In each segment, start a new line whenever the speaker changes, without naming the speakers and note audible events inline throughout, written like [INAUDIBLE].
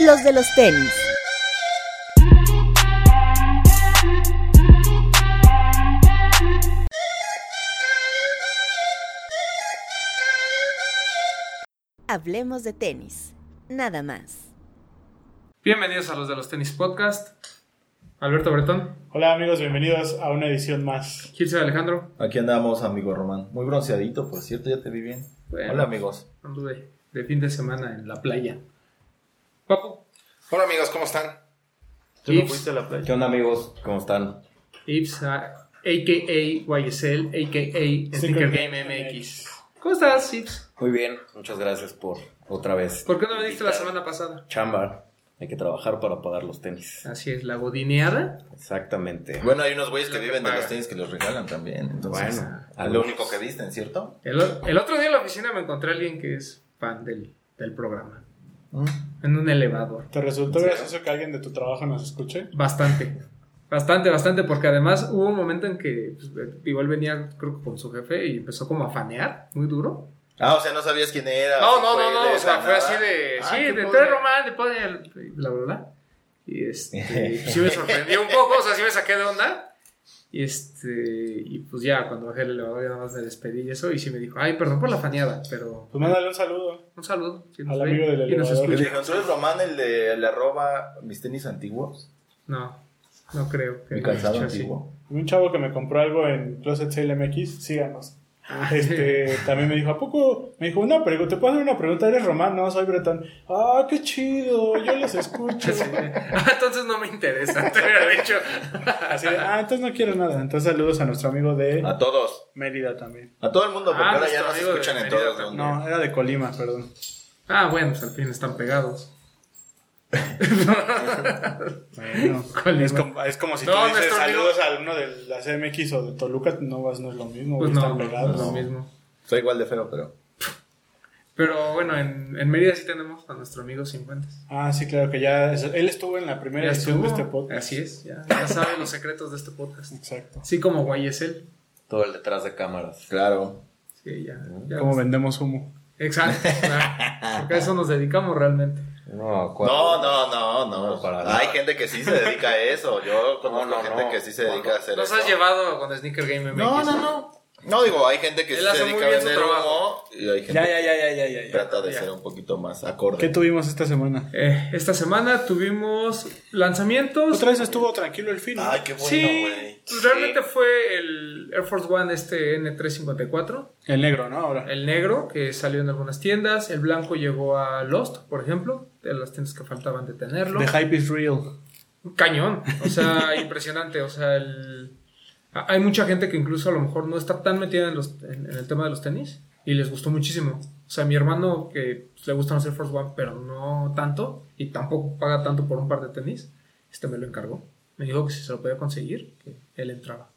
los de los tenis. Hablemos de tenis, nada más.
Bienvenidos a los de los tenis podcast. Alberto Bretón,
Hola amigos, bienvenidos a una edición más.
Gilson Alejandro.
Aquí andamos, amigo Román. Muy bronceadito, por cierto, ya te vi bien.
Bueno.
Hola, amigos.
Anduve de fin de semana en la playa. Papo,
Hola amigos, ¿cómo están?
¿Tú no fuiste
a la playa?
¿Qué onda, amigos? ¿Cómo están?
Ips, ah, a.k.a. YSL, a.k.a. Sneaker
Sneaker
Game
Game
MX. ¿Cómo estás, Ips?
Muy bien, muchas gracias por otra vez.
¿Por qué no viniste la semana pasada?
Chamba, hay que trabajar para pagar los tenis.
Así es, la godineada.
Exactamente.
Bueno, hay unos güeyes que viven de los
tenis que los regalan también, entonces.
a
lo
lo
único
único
que disten, ¿cierto?
El, o- el otro día en la oficina me encontré a alguien que es fan del, del programa. Mm. En un elevador.
¿Te resultó gracioso que alguien de tu trabajo nos escuche?
Bastante. Bastante, bastante, porque además hubo un momento en que pues, igual venía, creo que con su jefe y empezó como a fanear muy duro.
Ah, o sea, no sabías quién era.
No,
si
no,
fue
no, no,
de
o sea,
esa
fue
nada.
así de,
Ah,
sí,
qué
de
pobre.
tú eres Román, de pobre, el- bla, bla, bla. Y
[LAUGHS]
este, sí me sorprendió un poco, o sea, sí me saqué de onda. Y este, y pues ya, cuando bajé el elevador, ya nada más me despedí y eso, y sí me dijo, ay, perdón por la faneada, pero
Pues mándale un saludo.
un saludo. Si
Al amigo del
y nos
elevador.
Le
escucha.
dijeron, ¿tú eres Román el de el arroba mis tenis antiguos?
No, no creo que
Mi
me haya
calzado
dicho así.
antiguo.
Un chavo que me compró algo en Closet Sale MX, síganos.
Ah. [LAUGHS]
Este, también me dijo, ¿a poco? Me dijo, una pregunta, ¿te puedo hacer una pregunta? ¿Eres román? No, soy bretón. ¡Ah, qué chido! Yo los escucho.
Sí. Ah, [LAUGHS] entonces no me interesa, te hubiera dicho. [LAUGHS]
Así de, ah, entonces no quiero nada. Entonces saludos a nuestro amigo de
Ah.
A todos.
Mérida también.
A todo el mundo, porque
Ah,
ahora
nuestro
ya nos
amigo de
escuchan en
Mérida
todos
también.
lados.
No, era de Colima, perdón.
Ah, bueno, pues al fin están pegados. [LAUGHS]
Bueno,
Colima.
es, como, es como si tú
No,
dices
nuestro amigo-
saludos a uno de la CMX o de Toluca, no, vas, no es lo mismo,
Pues no,
están
no es
pegados.
lo mismo.
Soy igual de feo, pero.
Pero bueno, en, en Mérida sí tenemos a nuestro amigo 50.
Ah, sí, claro que ya. es- Él estuvo en la primera
Ya
edición de
estuvo.
este podcast.
Así es, ya, ya sabe los secretos de este podcast.
Exacto.
Sí, como Guayesel.
Todo el detrás de cámaras. Claro.
Sí, ya. ya
¿Cómo vendemos humo?
Exacto. claro. Porque a eso nos dedicamos realmente.
No, ¿cuál?
No, no, no, no.
No, para nada.
Hay gente que sí se dedica a eso. Yo conozco
No, no,
gente
no.
que sí se dedica a hacer
Nos
eso.
has llevado con Sneaker Game MX.
No, no, no. No, digo, hay gente que
Él
sí
hace
se
muy
dedica a
bien su
vender humo.
trabajo.
Y hay gente
Ya, ya, ya, ya, ya, ya,
que
ya.
trata de
ya.
ser un poquito más
¿Qué
acorde.
tuvimos esta semana?
Eh, esta semana tuvimos lanzamientos.
Otra vez estuvo tranquilo el film.
Ay, qué bueno,
sí,
güey.
pues realmente fue el Air Force One este N354,
El negro, ¿no? Ahora.
el negro que salió en algunas tiendas, el blanco llegó a Lost, por ejemplo, de las tiendas que faltaban de tenerlo.
The hype is real.
Un cañón, o sea, [LAUGHS] impresionante, o sea, el- a- hay mucha gente que incluso a lo mejor no está tan metida en, los- en- en el tema de los tenis y les gustó muchísimo. O sea, mi hermano que pues, le gustan los Air Force One, pero no tanto y tampoco paga tanto por un par de tenis, este me lo encargó. Me dijo que si se lo podía conseguir, que él entraba.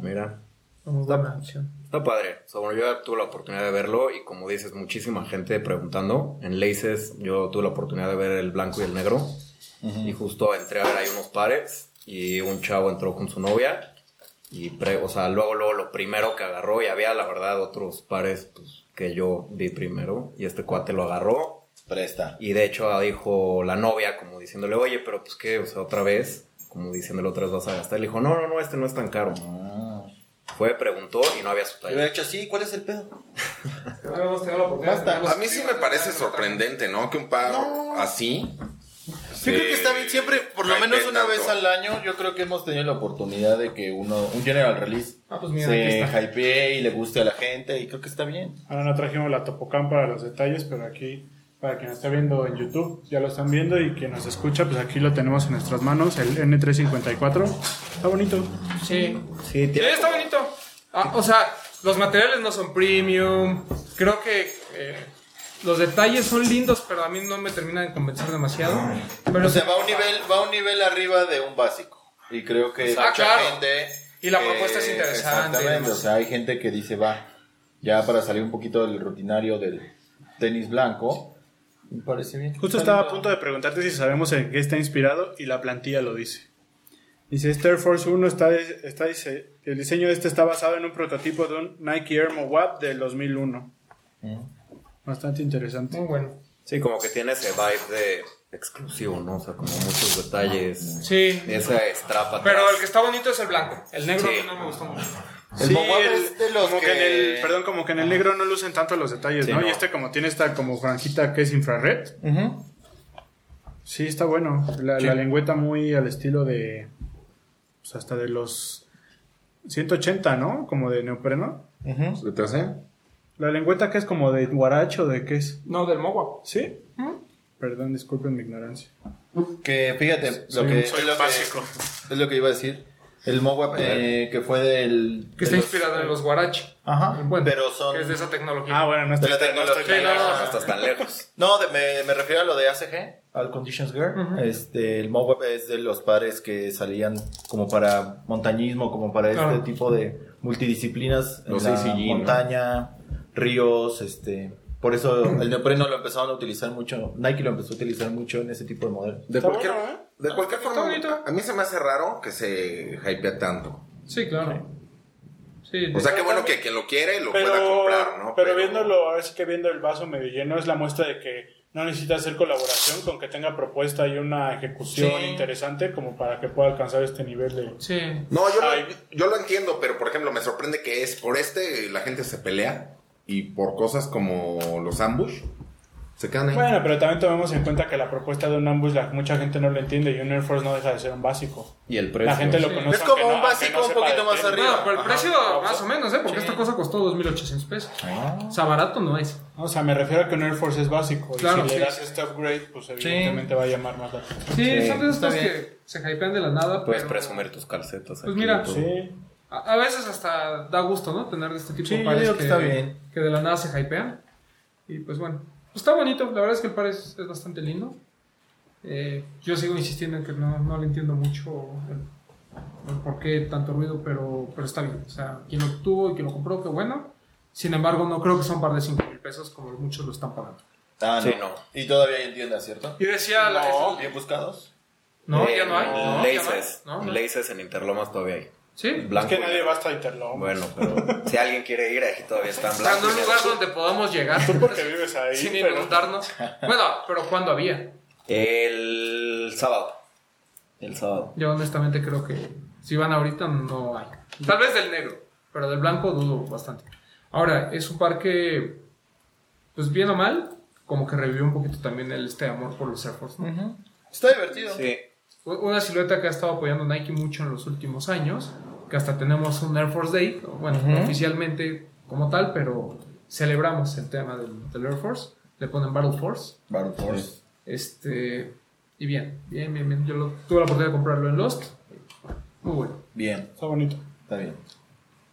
Mira,
Muy buena opción.
está padre. O sea, bueno, yo tuve la oportunidad de verlo y como dices, muchísima gente preguntando. En Laces yo tuve la oportunidad de ver el blanco y el negro. Y justo entré a ver ahí unos pares y un chavo entró con su novia. Y, pre- o sea, luego, luego lo primero que agarró y había, la verdad, otros pares pues, que yo vi primero. Y este cuate lo agarró
Presta.
y de hecho ah, dijo la novia como diciéndole, oye, pero pues qué, o sea, otra vez, como diciéndole otra vez vas a gastar. Le dijo, no, no, no, este no es tan caro. Fue, preguntó y no había su
Yo hubiera
talla.
dicho, sí, ¿cuál es el pedo?
Basta.
Pues,
A mí sí me parece sorprendente, ¿no? Que un par así.
Yo creo que está bien siempre, por lo
no hay
menos
que
una
tanto.
vez al año, yo creo que hemos tenido la oportunidad de que uno, un general release
Ah, pues mira, aquí
se
está.
hypee y le guste a la gente y creo que está bien.
Ahora no trajimos la Topocam para los detalles, pero aquí, para quien está viendo en YouTube, ya lo están viendo y quien nos escucha, pues aquí lo tenemos en nuestras manos, el N354. Está bonito.
Sí.
Sí,
Sí,
tiene
está bonito. Ah, o sea, los materiales no son premium. Creo que eh, los detalles son lindos, pero a mí no me termina de convencer demasiado. Pero
O sea, va a un nivel, va a un nivel arriba de un básico. Y creo que
Ah,
mucha
claro.
gente.
Y la
que-
propuesta es interesante y
Exactamente.
demás.
O sea, hay gente que dice, va, ya para salir un poquito del rutinario del tenis blanco. Me parece bien.
Justo estaba a punto de preguntarte si sabemos en qué está inspirado y la plantilla lo dice. Dice, este Air Force 1 está, está dice, el diseño de este está basado en un prototipo de un Nike Air Mowab del Mm. 2001. Bastante interesante.
Muy bueno.
Sí, como que tiene ese vibe de exclusivo, ¿no? O sea, como muchos detalles.
Sí.
Esa estrapa.
Pero el que está bonito es el blanco. El negro
Sí.
no me gustó mucho.
El
Sí,
Bobab
el-
es de los
como que... en el, perdón, como que en el negro no lucen tanto los detalles,
Sí,
¿no?
no.
Y este como tiene esta como franjita que es infrared.
Ujú.
Sí, está bueno. La, la lengüeta muy al estilo de. Pues hasta de los 180, ¿no? Como de neopreno.
Ujú.
¿Se te hace?
La lengüeta que es como de guaracho, ¿de qué es?
No, del Mogua.
¿Sí? Perdón, disculpen mi ignorancia.
Que fíjate, lo
Soy-
que,
soy
es lo que-
básico.
es lo que iba a decir. El Mowap eh, que fue del.
Que
de
está
los-
inspirado en los Guarachi.
Ajá.
Bueno,
pero son.
Que es de esa tecnología.
Ah, bueno, no
de
está.
la tecnología.
Sí, no, no, no.
Hasta tan lejos.
No, de- me, me refiero a lo de ACG, All Conditions Girl. este, el MoWeb es de los padres que salían como para montañismo, como para este
Claro.
tipo de multidisciplinas. en
Los
la
ACG, ¿no?
montaña, ríos, este. Por eso el neopreno lo empezaron a utilizar mucho. Nike lo empezó a utilizar mucho en ese tipo de modelos.
De
Está
cualquier,
bueno, ¿eh?
de cualquier
Está
forma,
bonito.
a mí se me hace raro que se hypea tanto.
Sí, claro. Sí.
O sea, qué bueno que quien lo quiere lo pueda
Pero,
comprar, ¿no?
pero, viéndolo, ahora sí que viendo el vaso medio lleno, es la muestra de que no necesita hacer colaboración con que tenga propuesta y una ejecución
Sí.
interesante como para que pueda alcanzar este nivel de.
Sí.
No, yo lo,
Ay.
yo lo entiendo, pero por ejemplo, me sorprende que es por este la gente se pelea y por cosas como los ambush se quedan ahí.
Bueno, pero también tomemos en cuenta que la propuesta de un ambush la mucha gente no lo entiende y un Air Force no deja de ser un básico.
Y el precio.
La gente lo
Sí.
conoce.
Es como
aunque no-
un
aunque
básico
no
un
sepa
poquito
de
más
tenis.
arriba.
Bueno, pero el
Ajá.
precio más o menos, ¿eh? Porque esta cosa costó 2.800 pesos. O sea, barato no es.
O sea, me refiero a que un Air Force es básico.
Claro,
y si
sí.
le das este upgrade, pues evidentemente va a llamar más la atención.
Sí,
Sí,
son de
está
estos
bien.
que se hypean de la nada.
Puedes
pero
presumir tus
Pues
calcetas. aquí
mira.
y todo.
Sí.
A, a veces hasta da gusto, ¿no? Tener de este tipo
Sí,
de
yo
pares
digo que está bien.
que de la nada se hypean. Y pues bueno, pues está bonito. La verdad es que el par es, es bastante lindo. Eh, yo sigo insistiendo en que no, no le entiendo mucho el, el por qué tanto ruido, pero, pero está bien. O sea, quien lo tuvo y quien lo compró, qué bueno. Sin embargo, no creo que son par de 5 mil pesos como muchos lo están pagando.
Ah,
Sí, no.
Y todavía hay en tienda, ¿cierto?
Y decía... la-
No.
Bien buscados.
No,
Eh,
ya no hay. No, ya no hay.
Laces.
No, no.
Laces en Interlomas todavía hay.
Sí.
Es
Blanco.
que nadie va hasta Interlomas.
Bueno, pero si alguien quiere ir, aquí todavía están
Está en
blancos.
un lugar donde podamos llegar.
Tú porque vives ahí.
sin
pero-
inundarnos. Bueno, pero ¿cuándo había?
El sábado. El sábado.
Yo honestamente creo que si van ahorita no hay. Tal vez del negro, pero del blanco dudo bastante. Ahora, es un par que, pues bien o mal, como que revivió un poquito también el, este amor por los Air Force. ¿no?
Está divertido.
Sí.
U- Una silueta que ha estado apoyando Nike mucho en los últimos años, que hasta tenemos un Air Force Day, bueno, no oficialmente como tal, pero celebramos el tema del, del Air Force, le ponen Battle Force.
Battle Force.
Este. Y bien, bien, bien, bien. Yo lo- tuve la oportunidad de comprarlo en Lost. Muy bueno.
Bien,
Está bonito.
está bien.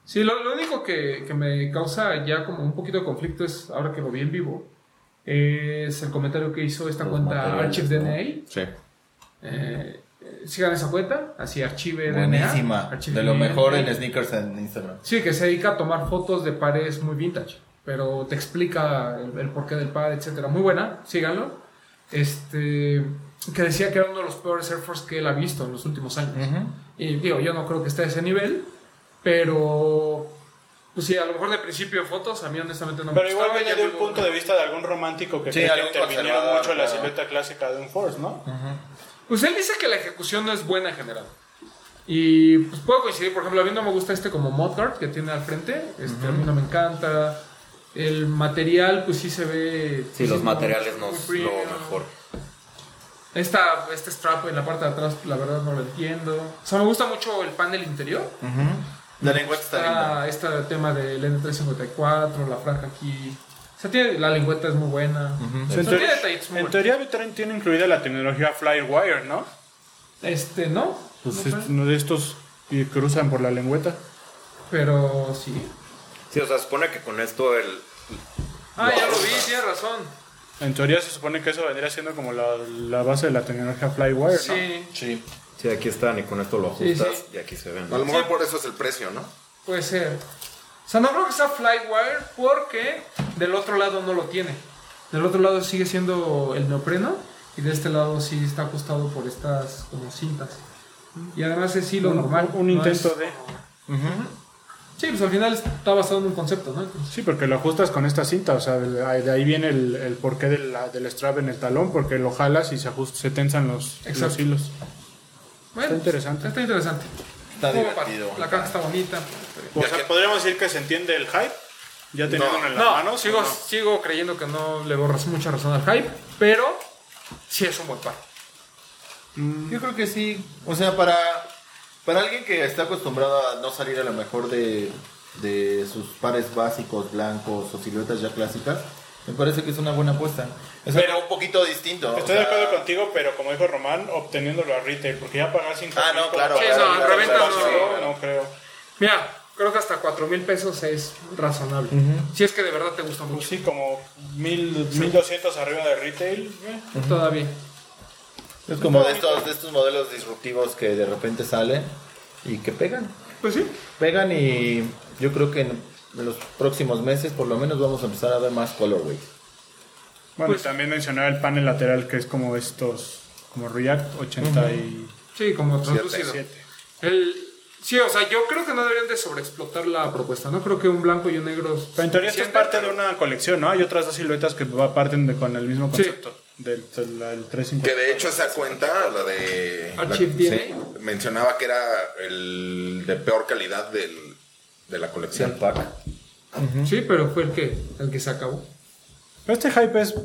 Sí, lo, lo único que, que me causa ya como un poquito de conflicto es, ahora que lo vi en vivo, es el comentario que hizo esta
Los
cuenta
materiales,
Archive
¿no?
DNA.
Sí.
Eh, eh, sigan esa cuenta, así Archive DNA.
Buenísima.
Archive
De lo
DNA.
mejor en sneakers en Instagram.
Sí, que se dedica a tomar fotos de pares muy vintage, pero te explica el, el porqué del par, etcétera. Muy buena, síganlo. Este, que decía que era uno de los peores Air Force que él ha visto en los últimos años. Y digo, yo no creo que esté a ese nivel, pero pues sí, a lo mejor de principio de fotos a mí honestamente no me
Pero igual
gustaba,
viene
ya
de un
luego-
punto de vista de algún romántico que
Sí,
cree que
algún
intervinieron
conservador,
mucho en la
claro.
silueta clásica de un Force, ¿no?
Pues él dice que la ejecución no es buena en general. Y pues puedo coincidir, por ejemplo, a mí no me gusta este como modguard que tiene al frente, este, a mí no me encanta. El material, pues sí se ve.
Sí, los
sí,
materiales
muy
no es
premium.
lo mejor.
Esta, este strap en la parte de atrás, la verdad no lo entiendo. O sea, me gusta mucho el panel interior.
La lengua
Ah.
está linda.
Está este tema del N354, la franja aquí. O sea, tiene, la lengüeta es muy buena. O sea,
en,
tiene
teoría,
detalles muy
en
buenos.
teoría, Vitrin tiene incluida la tecnología Flywire, ¿no?
Este, no.
Pues
No
es uno de estos que cruzan por la lengüeta.
Pero sí.
Sí, o sea, supone que con esto el.
Ah, ya lo vi, tienes razón.
En teoría se supone que eso vendría siendo como la, la base de la tecnología Flywire, ¿no?
Sí,
Sí.
Sí, aquí están y con esto lo
Sí,
ajustas
sí.
y aquí se ven.
A lo mejor por eso es el precio, ¿no?
puede ser. O sea, no creo que sea Flywire porque del otro lado no lo tiene. Del otro lado sigue siendo el neopreno y de este lado sí está ajustado por estas como cintas. Y además es hilo
Un-
normal.
un
no
intento
es
de-
como- Sí, pues al final está basado en un concepto, ¿no? Entonces,
Sí, porque lo ajustas con esta cinta, o sea, de ahí de ahí viene el, el porqué de la- del strap en el talón, porque lo jalas y se, ajust- se tensan los,
Exacto.
los hilos.
bueno,
Está interesante.
Está interesante.
Está
Como
divertido.
para- La caja está bonita.
O sea, podríamos decir que se entiende el hype, ya teniéndolo en la
No,
mano.
sigo, sigo creyendo que no le borras mucha razón al hype, pero sí es un buen par.
Yo creo que sí. O sea, para, para alguien que está acostumbrado a no salir a lo mejor de, de sus pares básicos, blancos o siluetas ya clásicas, me parece que es una buena apuesta. Es algo un poquito distinto. o
Estoy de
sea,
acuerdo contigo, pero como dijo Román, obteniéndolo a retail, porque ya pagar 5
Ah, no, claro.
Sí,
claro,
no,
claro,
reventa
claro,
no.
sí.
No creo.
Mira, creo que hasta 4 mil pesos es razonable. Si es que de verdad te gusta
Pues
mucho.
sí, como 1000, 1200 arriba de retail. eh.
Todavía.
Es como de estos, de estos modelos disruptivos que de repente salen y que pegan.
Pues sí.
Pegan y yo creo que en los próximos meses por lo menos vamos a empezar a ver más colorways.
Bueno,
Pues-
y también mencionaba el panel lateral, que es como estos, como React 87.
Sí, como translúcido. El, sí, o sea, yo creo que no deberían de sobreexplotar la propuesta, ¿no? Creo que un blanco y un negro...
Pero en teoría esto es
suficiente,
parte de
pero-
una colección, ¿no? Hay otras dos siluetas que va- parten de- con el mismo
Sí.
concepto del, del- del 350.
Que de hecho esa cuenta, la de...
Ah,
la-
Archive DNA.
sí, mencionaba que era el de peor calidad del, de la colección.
Sí, pero fue el que, el que se acabó.
Pero Este hype es,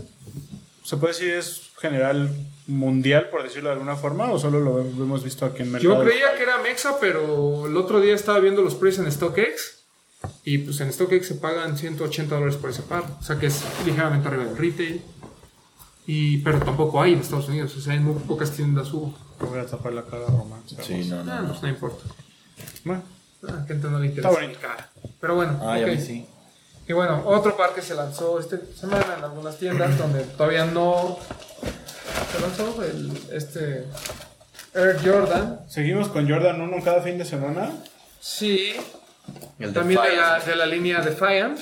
se puede decir, es general mundial, por decirlo de alguna forma, o solo lo hemos visto aquí en Mercado.
Yo creía que era Mexa, pero el otro día estaba viendo los precios en StockX y pues en StockX se pagan 180 dólares por ese par, o sea que es ligeramente arriba del retail. Y, pero tampoco hay en Estados Unidos, o sea, en muy pocas tiendas hubo.
Voy a tapar la cara a Román. ¿sabes?
Sí, no,
Ah, pues no importa. Ah,
Bueno,
A la gente no le interesa.
Está
mi
bonito.
cara. Pero bueno.
Ah,
Ay, a
ok.
mí Ah, sí.
Y bueno, otro par que se lanzó esta semana en algunas tiendas donde todavía no se lanzó el, este Air Jordan.
seguimos con Jordan 1 cada fin de semana.
Sí,
El
también de la,
Defiance.
de la línea Defiant.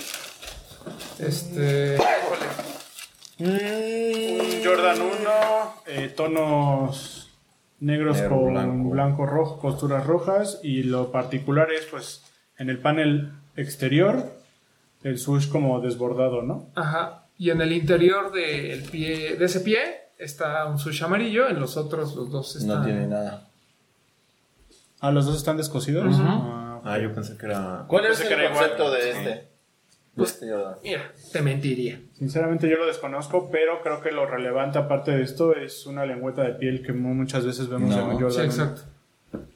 Este. híjole,
Un Jordan 1, eh, tonos negros
Negro,
con blanco.
blanco.
rojo, costuras rojas y lo particular es pues en el panel exterior el swoosh como desbordado, ¿no?
Ajá. Y en el interior de, el pie, de ese pie está un sushi amarillo. En los otros, los dos están.
No tiene nada.
Ah, los dos están descosidos. Ah,
Ah, yo pensé que era.
¿Cuál
Pues
es
se queda
el
igual,
concepto
¿no?
de este? De este Jordan.
Mira, te mentiría.
Sinceramente yo lo desconozco, pero creo que lo relevante aparte de esto es una lengüeta de piel que mu- muchas veces vemos
No.
en un Jordan.
Sí,
uno.
exacto.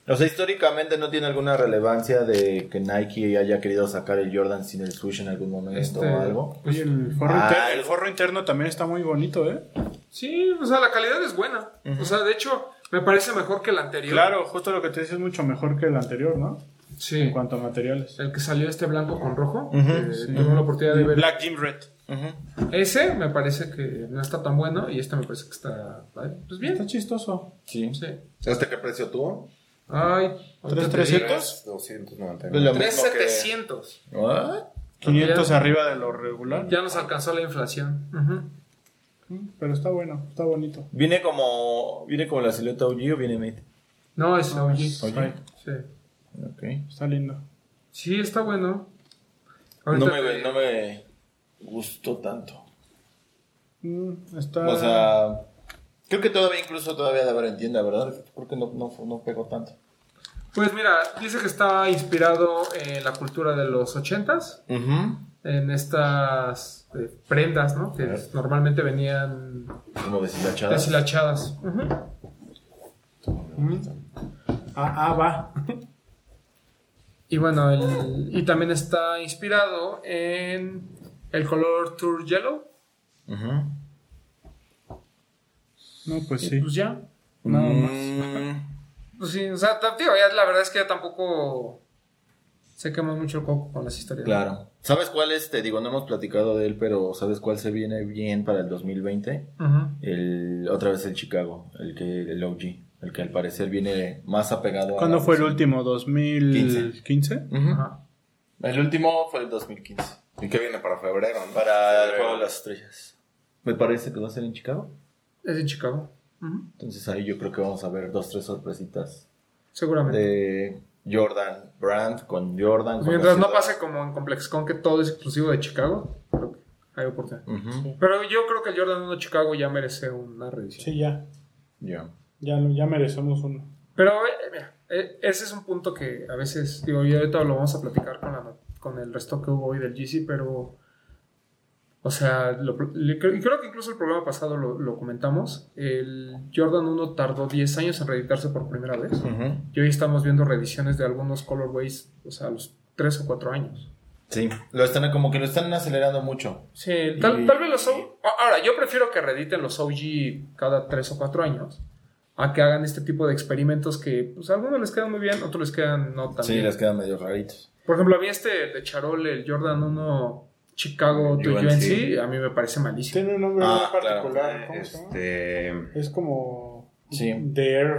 O sea, históricamente no tiene alguna relevancia de que Nike haya querido sacar el Jordan sin el swoosh en algún momento
Este-
o algo.
Oye, el forro,
Ah,
inter-
el-
el forro interno también está muy bonito, ¿eh?
Sí, o sea, la calidad es buena. O sea, de hecho, me parece mejor que la anterior.
Claro, justo lo que te decía es mucho mejor que el anterior, ¿no? En
Sí.
cuanto a materiales.
El que salió este blanco con rojo.
Eh,
que Tuve la oportunidad de ver.
Black Jim Red.
Ese me parece que no está tan bueno. Y este me parece que está. Pues
Está
bien.
chistoso.
Sí.
Sí.
¿Sabes qué precio tuvo?
Ay, ahorita te digo.
300,
299.
Lo mismo que...
3,700.
Pues ¿What?
500 arriba de lo regular.
Ya nos alcanzó la inflación. Ujú.
Mm, Pero está bueno, está bonito.
¿Viene como, ¿Viene como la silueta OG o viene mate?
No, es OG. Sí.
Oye. Ok.
Está lindo.
sí, está bueno.
No
Ahorita
me,
te-
no me gustó tanto.
Mm, está.
O sea, creo que todavía incluso todavía de haber en tienda, ¿verdad? Creo que no, no, fue- no pegó tanto.
Pues mira, dice que está inspirado en la cultura de los 80s. en estas eh, prendas, ¿no? Que normalmente venían
Como deshilachada.
deshilachadas.
ah, ah, va.
Y bueno, el- y también está inspirado en el color Tour Yellow.
Ujú.
[LAUGHS] No, pues sí.
Pues ya.
Nada
Mm,
más.
Pues sí, o sea, ta- digo, ya la verdad es que ya tampoco se quema mucho el coco con las historias.
[LAUGHS] Claro. ¿Sabes cuál es? Te digo, no hemos platicado de él, pero ¿sabes cuál se viene bien para el 2020?
Ujú.
El, otra vez el Chicago, el que el OG, el que al parecer viene más apegado
[LAUGHS]
a...
¿Cuándo fue el último? ¿2015?
Ujú.
Ajá.
El último fue el 2015.
¿Y qué viene para febrero? no?
Para el juego de las estrellas. Me parece que va a ser en Chicago.
Es de Chicago. Ujú.
Entonces ahí yo creo que vamos a ver dos, tres sorpresitas
Seguramente. Pues
de Jordan Brand con Jordan. con
Mientras no
Jacinto.
pase como en ComplexCon que todo es exclusivo de Chicago, creo que hay oportunidad.
Ujú.
Pero yo creo que el Jordan 1 Chicago ya merece una revisión.
Sí, ya.
Ya.
Ya, ya merecemos uno.
Pero, eh, mira, eh, ese es un punto que a veces, digo, y ahorita lo vamos a platicar con, la, con el resto que hubo hoy del GC, pero, o sea, lo pro- le- creo- y creo que incluso el programa pasado lo, lo comentamos, el Jordan 1 tardó 10 años en reeditarse por primera vez,
Ujú.
y hoy estamos viendo reediciones de algunos colorways, o sea, a los 3 o 4 años.
Sí, lo están como que lo están acelerando mucho.
Sí, tal, tal vez los OG. Ahora, yo prefiero que reediten los OG cada tres o cuatro años a que hagan este tipo de experimentos que, pues, a algunos les quedan muy bien, otros les quedan no tan
Sí,
bien.
les quedan medio raritos.
Por ejemplo, a mí este de Charol, el Jordan 1 Chicago to
UNC,
UNC, a mí me parece malísimo.
Tiene un nombre
Ah,
muy particular.
Eh,
¿Cómo se llama?
Este.
Es como.
Sí.
Dare.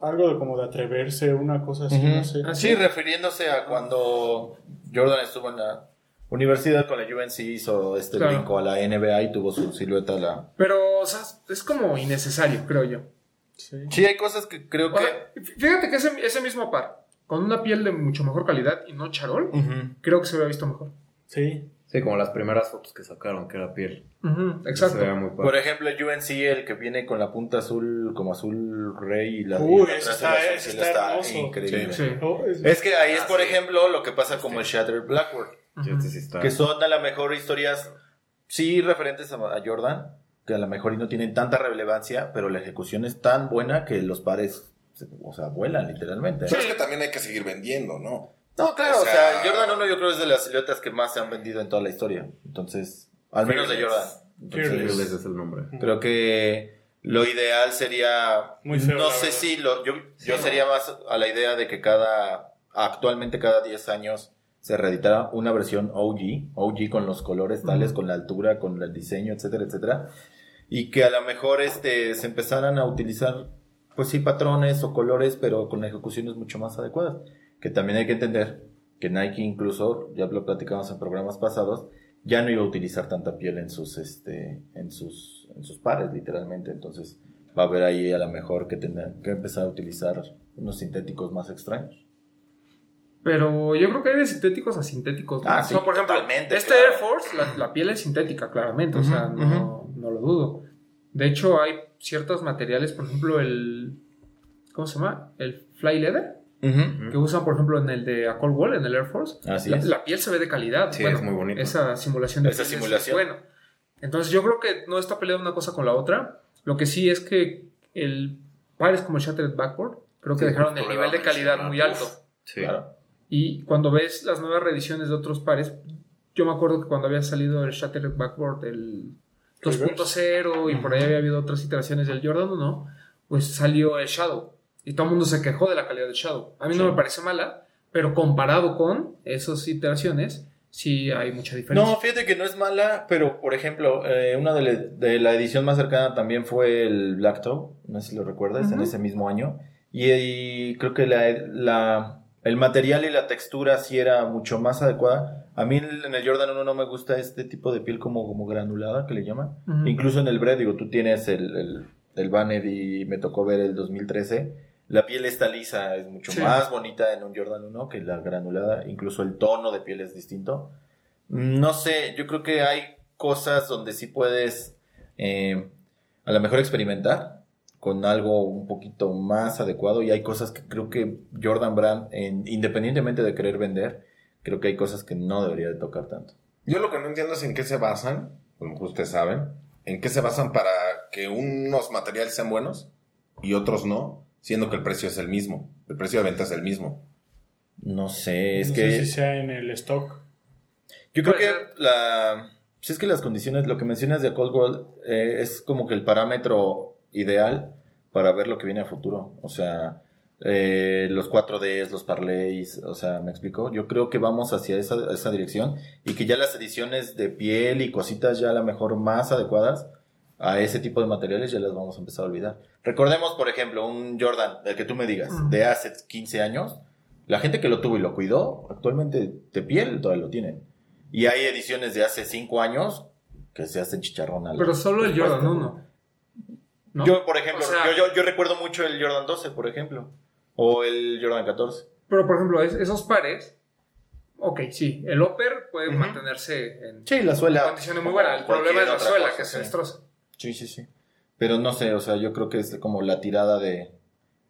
Algo de como de atreverse, una cosa así, no sé.
Ah,
Sí, refiriéndose a cuando Jordan estuvo en la universidad con la UNC, hizo este
Claro.
brinco a la NBA y tuvo su silueta. a La...
Pero, o sea, es como innecesario, creo yo.
Sí.
Sí, hay cosas que creo
O
que...
sea, fíjate que ese, ese mismo par, con una piel de mucho mejor calidad y no Charol, creo que se hubiera visto mejor.
Sí.
Sí, como las primeras fotos que sacaron, que era piel.
Ujú, exacto.
Se veía muy padre.
Por ejemplo, UNC, el que viene con la punta azul, como azul rey y la...
Uy,
y la
ese está-
atrás el azul,
ese
sí,
está hermoso.
increíble.
Sí.
Oh, es-
Es que ahí es,
Ah,
por
sí.
ejemplo, lo que pasa como el Shattered Blackboard.
Sí,
Ujú.
este sí está.
Que son a la mejor historias, sí, referentes a, a Jordan, que a lo mejor y no tienen tanta relevancia, pero la ejecución es tan buena que los pares, se- o sea, vuelan literalmente.
Pero es que también hay que seguir vendiendo, ¿no?
No, claro,
O
o sea,
sea,
Jordan 1 yo creo es de las siluetas que más se han vendido en toda la historia. Entonces, al menos de Jordan.
Fearless.
Entonces,
Fearless es el nombre.
Creo que lo ideal sería.
Muy feo,
no
la
sé
verdad.
si lo. Yo, yo sería más a la idea de que cada. Actualmente, cada 10 años se reeditara una versión OG. OG con los colores tales, con la altura, con el diseño, etcétera, etcétera. Y que a lo mejor este, se empezaran a utilizar, pues sí, patrones o colores, pero con ejecuciones mucho más adecuadas. Que también hay que entender que Nike, incluso, ya lo platicamos en programas pasados, ya no iba a utilizar tanta piel en sus este en sus en sus pares literalmente entonces va a haber ahí a lo mejor que tendrán que empezar a utilizar unos sintéticos más extraños
Pero yo creo que hay de sintéticos a sintéticos. ¿no?
Ah,
O sea,
sí,
por ejemplo,
totalmente,
este
claro.
Air Force, la, la piel es sintética, claramente. o sea,
Ujú,
no, no lo dudo. De hecho, hay ciertos materiales, por ejemplo, el. ¿Cómo se llama? El Fly Leather, que usan, por ejemplo, en el de A Cold Wall, en el Air Force.
Así
la,
es.
la piel se ve de calidad.
Sí, es muy bonito.
Esa simulación de
Esa
piel es
simulación.
Bueno, entonces yo creo que no está peleada una cosa con la otra. Lo que sí es que el par es como el Shattered Backboard. Creo que
Sí,
dejaron
justo
el
lo
nivel
iba a
de calidad
mencionar.
muy alto.
Uf. Sí.
claro
Y cuando ves las nuevas reediciones de otros pares, yo me acuerdo que cuando había salido el Shattered Backboard, el 2.0 y por ahí había habido otras iteraciones del Jordan 1, pues salió el Shadow. Y todo el mundo se quejó de la calidad del Shadow. A mí no me parece mala, pero comparado con esas iteraciones, sí hay mucha diferencia.
no fíjate que no es mala pero por ejemplo eh, una de, le- de la edición más cercana también fue el Black Toe no sé si lo recuerdas en
Ujú.
ese mismo año y, y creo que la, la- el material y la textura sí era mucho más adecuada a mí en el Jordan 1 no me gusta este tipo de piel como, como granulada que le llaman
Ujú.
Incluso en el bread, digo, tú tienes el, el, el banner y me tocó ver el 2013. La piel está lisa, es mucho
Sí.
más bonita en un Jordan 1 que la granulada. Incluso el tono de piel es distinto. Mm, No sé, yo creo que hay cosas donde sí puedes eh, a lo mejor experimentar con algo un poquito más adecuado. Y hay cosas que creo que Jordan Brand, en- independientemente de querer vender, creo que hay cosas que no debería de tocar tanto.
Yo lo que no entiendo es en qué se basan, a lo mejor ustedes saben, en qué se basan para que unos materiales sean buenos y otros no, siendo que el precio es el mismo, el precio de venta es el mismo.
No sé, es
no
que...
sé si sea en el stock.
Yo creo
Puede
que
ser.
la. Si es que las condiciones, lo que mencionas de Cold World eh, es como que el parámetro ideal para ver lo que viene a futuro. O sea, eh, los 4Ds, los parlays, o sea, ¿me explico? Yo creo que vamos hacia esa, esa dirección y que ya las ediciones de piel y cositas ya a lo mejor más adecuadas a ese tipo de materiales ya las vamos a empezar a olvidar. Recordemos, por ejemplo, un Jordan, el que tú me digas,
Ujú.
de hace 15 años, la gente que lo tuvo y lo cuidó, actualmente de piel todavía lo tienen. Y hay ediciones de hace 5 años que se hacen chicharrón al- Pues,
Pero solo el Jordan 1. ¿no?
Yo, por ejemplo,
O sea-
yo, yo- yo recuerdo mucho el Jordan 12, por ejemplo. O el Jordan 14.
Pero, por ejemplo, es- esos pares. Ok, sí. El upper puede mantenerse en
Sí, la suela.
condiciones muy buenas. El problema es la
Cualquier otra
suela
cosa,
que se
sí.
destroza.
Sí, sí, sí. Pero no sé, o sea, yo creo que es como la tirada de,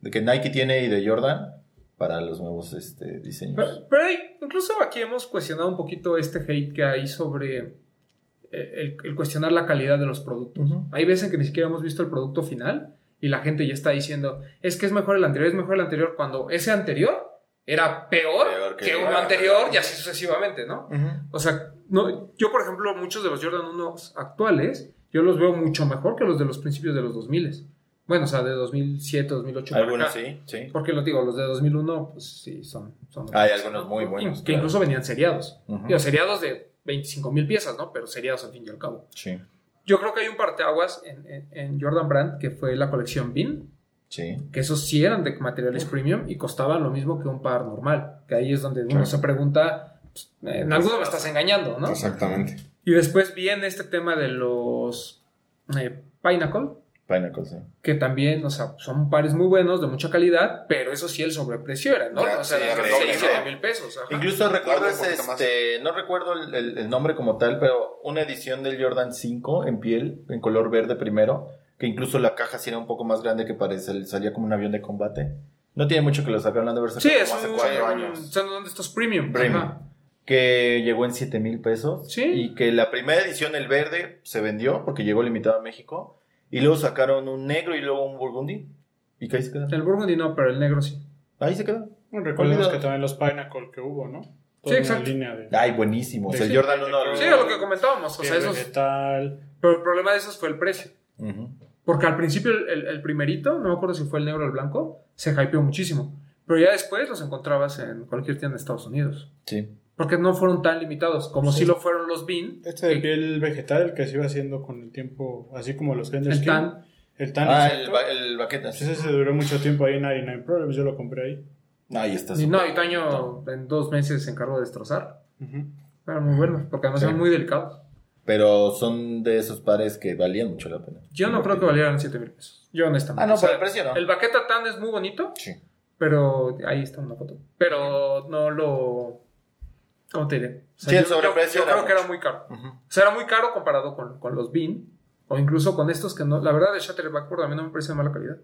de que Nike tiene y de Jordan para los nuevos este, diseños.
Pero, pero hay- incluso aquí hemos cuestionado un poquito este hate que hay sobre eh, el, el cuestionar la calidad de los productos. Hay veces en que ni siquiera hemos visto el producto final y la gente ya está diciendo, es que es mejor el anterior, es mejor el anterior, cuando ese anterior era peor,
Peor
que,
que
uno
el
anterior y así sucesivamente, ¿no? O sea, no, yo por ejemplo, muchos de los Jordan 1 actuales, yo los veo mucho mejor que los de los principios de los 2000. Bueno, o sea, de 2007, 2008. para
Algunos
acá.
sí, sí.
Porque lo digo, los de 2001, pues sí, son... son
Hay algunos muy buenos.
que
claro.
incluso venían seriados.
Ujú.
Digo, seriados de 25 mil piezas, ¿no? Pero seriados al fin y al cabo.
Sí,
Yo creo que hay un parteaguas en, en, en Jordan Brand que fue la colección Bean,
sí.
que esos sí eran de materiales premium y costaban lo mismo que un par normal. Que ahí es donde uno se pregunta, pues, en alguno me estás engañando, ¿no?
Exactamente.
Y después viene este tema de los eh, Pinnacle,
Pinnacle, sí.
que también, o sea, son pares muy buenos, de mucha calidad, pero eso sí el sobreprecio era, ¿no?
Ya,
o sea,
sí,
eran de
increíble.
6, 7 mil pesos. ajá.
Incluso recuerdo,
Guarda un poquito más.
este, no recuerdo el, el- el nombre como tal, pero una edición del Jordan 5 en piel, en color verde primero, que incluso la caja sí era un poco más grande que parece, salía como un avión de combate. No tiene mucho que lo saqué hablando de
Sí, es
como hace
un,
cuatro
un-
años.
son de estos premium.
Premium.
ajá.
que llegó en 7 mil pesos.
Sí.
Y que la primera edición, el verde, se vendió porque llegó limitado a México. Y luego sacaron un negro y luego un burgundy. ¿Y que ahí se quedó?
El Burgundy no, pero el negro sí.
Ahí se quedó.
Bueno, recordemos
Olvidado.
que también los Pinnacle que hubo, ¿no?
Sí,
una
exacto.
línea de,
Ay, buenísimo. O sea,
Sí.
el Jordan 1.
Sí, lo que comentábamos, o sea,
de
esos,
vegetal.
pero el problema de esos fue el precio.
Ujú.
Porque al principio el, el- el primerito, no me acuerdo si fue el negro o el blanco, se hypeó muchísimo. Pero ya después los encontrabas en cualquier tienda de Estados Unidos.
Sí.
Porque no fueron tan limitados como si lo fueron los Bean.
Este de piel vegetal que se iba haciendo con el tiempo, así como los Gender
El
Skin.
tan.
El tan.
Ah,
exacto.
el, ba- el baqueta.
Pues ese se duró mucho tiempo ahí en 99 Problems, yo lo compré ahí.
Ahí está.
Y
su-
no, y Toño en dos meses se encargó de destrozar.
Ujú.
Eran muy buenos, porque además
Sí.
eran muy delicados.
Pero son de esos pares que valían mucho la pena.
Yo no creo que valieran 7 mil pesos. Yo honestamente.
Ah, no,
O sea,
por el precio no.
El baqueta tan es muy bonito.
Sí.
Pero ahí está una foto. Pero no lo. ¿Cómo te diré? O
Sí, el
yo- yo-
sobreprecio
Yo,
era
creo que era muy caro. O sea, era muy caro comparado con, con los Bean. O incluso con estos que no. La verdad, el Shutterback por también no me parece de mala calidad.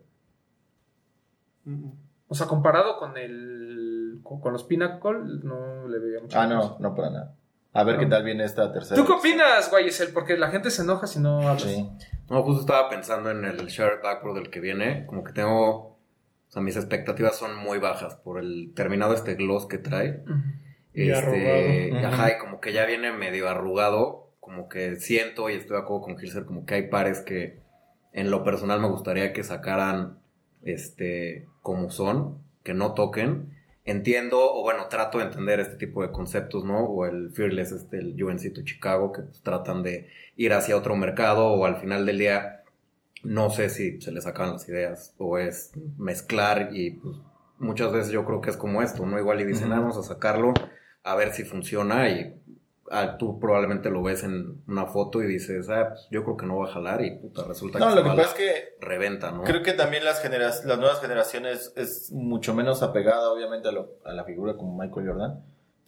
O sea, comparado con el. Con, con los Pinnacle, no le veía mucho.
Ah, no, no para nada. A ver
No.
qué tal viene esta tercera.
¿Tú qué opinas, Guayesel? Porque la gente se enoja si no hablas.
Sí.
No, justo estaba pensando en el Shared Backboard del que viene. Como que tengo. O sea, mis expectativas son muy bajas por el terminado este gloss que trae.
Ujú.
Y
este,
arrugado.
y
Ujú.
ajá, y como que ya viene medio arrugado. Como que siento y estoy de acuerdo con Gilser, como que hay pares que en lo personal me gustaría que sacaran este como son, que no toquen. Entiendo, o bueno, trato de entender este tipo de conceptos, ¿no? O el Fearless, este, el Juvencito Chicago, que pues, tratan de ir hacia otro mercado, o al final del día, no sé si se les sacan las ideas, o es mezclar y pues, muchas veces yo creo que es como esto, ¿no? Igual y dicen, "Ah, vamos a sacarlo, a ver si funciona y ah, tú probablemente lo ves en una foto y dices, ah, pues, yo creo que no va a jalar y puta, resulta
No,
que,
lo
se
que
va
pasa
la-
es que
reventa, ¿no?
Creo que también las, genera- las nuevas generaciones es mucho menos apegada, obviamente, a, lo- a la figura como Michael Jordan.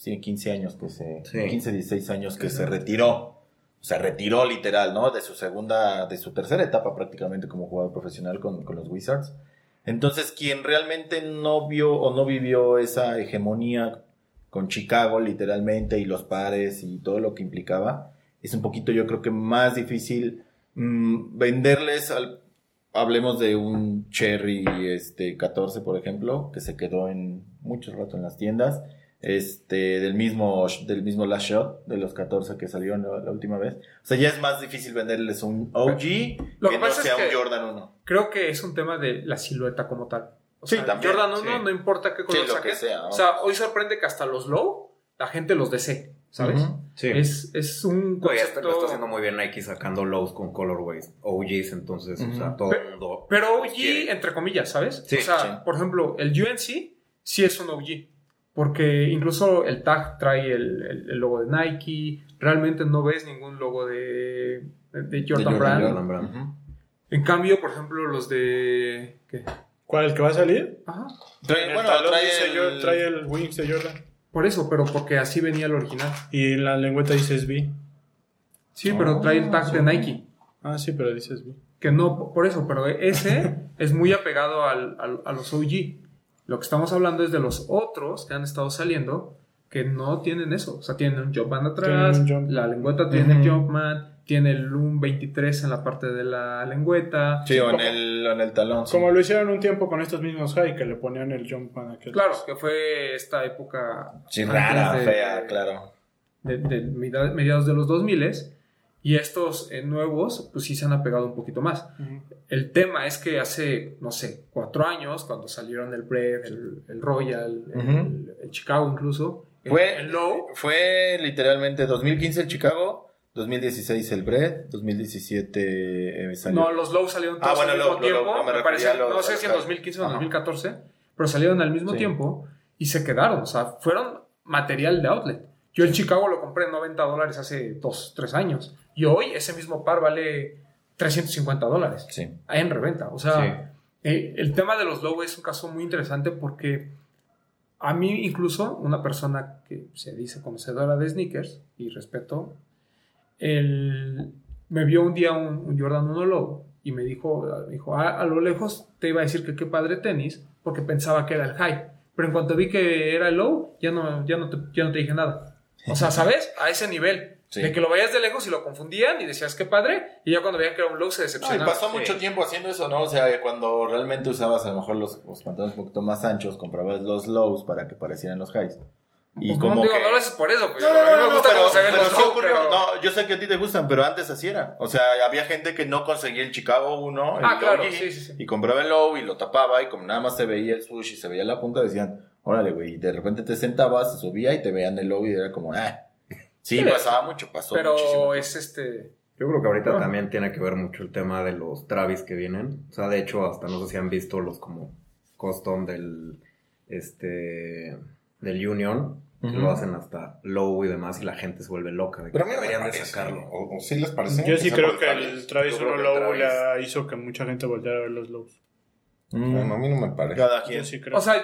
Tiene 15 años que se...
Sí.
15, 16 años que se retiró. Se retiró literal, ¿no? De su segunda, de su tercera etapa prácticamente como jugador profesional con, con los Wizards. Entonces, quien realmente no vio o no vivió esa hegemonía con Chicago, literalmente, y los pares y todo lo que implicaba, es un poquito, yo creo que más difícil mm, venderles al. Hablemos de un Cherry este, 14, por ejemplo, que se quedó en mucho rato en las tiendas. Este, del mismo, del mismo Last Shot, de los 14 que salieron la, la última vez. O sea, ya es más difícil venderles un OG
Lo que
que no
pasa es
sea un
que-
Jordan 1.
creo que es un tema de la silueta como tal. O
Sí,
sea,
también,
Jordan 1
sí.
no importa qué color
Sí, lo que
saques.
sea, ¿no?
O sea, hoy sorprende que hasta los low la gente los desee, ¿sabes?
Ujú.
Sí.
es, es un
Oye, esto
concepto...
lo está haciendo muy bien Nike sacando lows con colorways, OGs, entonces, o sea, todo
Pe-
el mundo.
Pero OG,
quiere.
entre comillas, ¿sabes?
Sí,
o sea,
sí.
por ejemplo, el UNC sí es un OG. Porque incluso el tag trae el, el- el logo de Nike. Realmente no ves ningún logo de, de Jordan
Jordan
Brand.
Jordan Brand.
En cambio, por ejemplo, los de... ¿qué?
¿Cuál? ¿El que va a salir?
Ajá.
En
Trae,
el
bueno,
talón
trae
dice
el-
Jordan- trae el Wings de Jordan.
Por eso, pero porque así venía el original.
Y en la lengüeta dice SB.
Sí, pero trae el
Oh.
tag de Nike.
Ah, sí, pero dice SB.
Que no, por eso, pero
[LAUGHS]
ese es muy apegado al, al- a los OG. Lo que estamos hablando es de los otros que han estado saliendo que no tienen eso. O sea, tienen un Jumpman atrás,
Tienen un Jumpman.
la lengüeta tiene
Ujú.
Jumpman, tiene el un 23 en la parte de la lengüeta.
Sí, o en el, o en el talón. sí.
Como lo hicieron un tiempo con estos mismos high que le ponían el Jumpman a aquel.
Claro, que fue esta época
Sí,
antes
rara,
de-
fea, claro.
de, de mida- mediados de los 2000 y estos eh, nuevos pues sí se han apegado un poquito más.
Ujú.
El tema es que hace, no sé, cuatro años, cuando salieron el Bread, el, el Royal, el,
Ujú.
el Chicago incluso, el-
Fue-
el Low,
Fue literalmente 2015 el Chicago, 2016 el Bread, 2017 eh, salió.
no, los Low salieron todos
Ah, bueno,
al
Low,
mismo
Low,
tiempo,
Low, no me
me parece,
refería a los-
no sé si en
ajá.
2015 o en
Ajá.
2014, pero salieron al mismo
Sí.
tiempo y se quedaron, o sea, fueron material de outlet. Yo el Chicago lo compré en 90 dólares hace dos, tres años y hoy ese mismo par vale 350 dólares.
Sí.
en reventa. O sea, eh, el tema de los low es un caso muy interesante porque a mí incluso una persona que se dice conocedora de sneakers y respeto, el- me vio un día un, un Jordan 1 low y me dijo, me dijo "Ah, a, a lo lejos te iba a decir que qué padre tenis porque pensaba que era el high. Pero en cuanto vi que era el low, ya no, ya no, te, ya no te dije nada. O sea, ¿sabes? A ese nivel.
Sí.
De que lo veías de lejos y lo confundían y decías qué padre. Y ya cuando veían que era un low se
No, y
decepcionaban.
pasó
Sí.
mucho tiempo haciendo eso, ¿no? O sea, cuando realmente usabas a lo mejor los, los pantalones un poquito más anchos, comprabas los lows para que parecieran los highs. Y
Pues,
como
digo,
que-
no lo haces por eso, pues.
No, no,
a mí
no,
me
no,
gusta
pero,
cómo se ven
pero
los
sí
shows,
ocurrió.
pero- Ah,
No, yo sé que a ti te gustan, pero antes así era. O sea, había gente que no conseguía el Chicago 1 el
Ah, claro,
OG,
sí, sí, sí.
y compraba el low y lo tapaba y como nada más se veía el sushi y se veía la punta, decían, órale, güey, y de repente te sentabas, se subía y te veían el low y era como, ah. Sí,
Sí,
pasaba mucho, pasó
pero
muchísimo.
es este.
Yo creo que ahorita
Ah.
también tiene que ver mucho el tema de los Travis que vienen. O sea, de hecho, hasta no sé si han visto los como custom del este del Union, que
Ujú.
lo hacen hasta low y demás, y la gente se vuelve loca de que
Pero a mí
deberían
me
de
parece,
sacarlo.
O, o sí les parece.
Yo sí
Esa
creo
parte
que
también.
el Travis
Yo creo
1
que
Low
Travis-
la hizo que mucha gente volteara a ver los lows.
Mm.
Bueno, a mí no me parece.
Cada
Yo
quien.
sí creo.
O sea,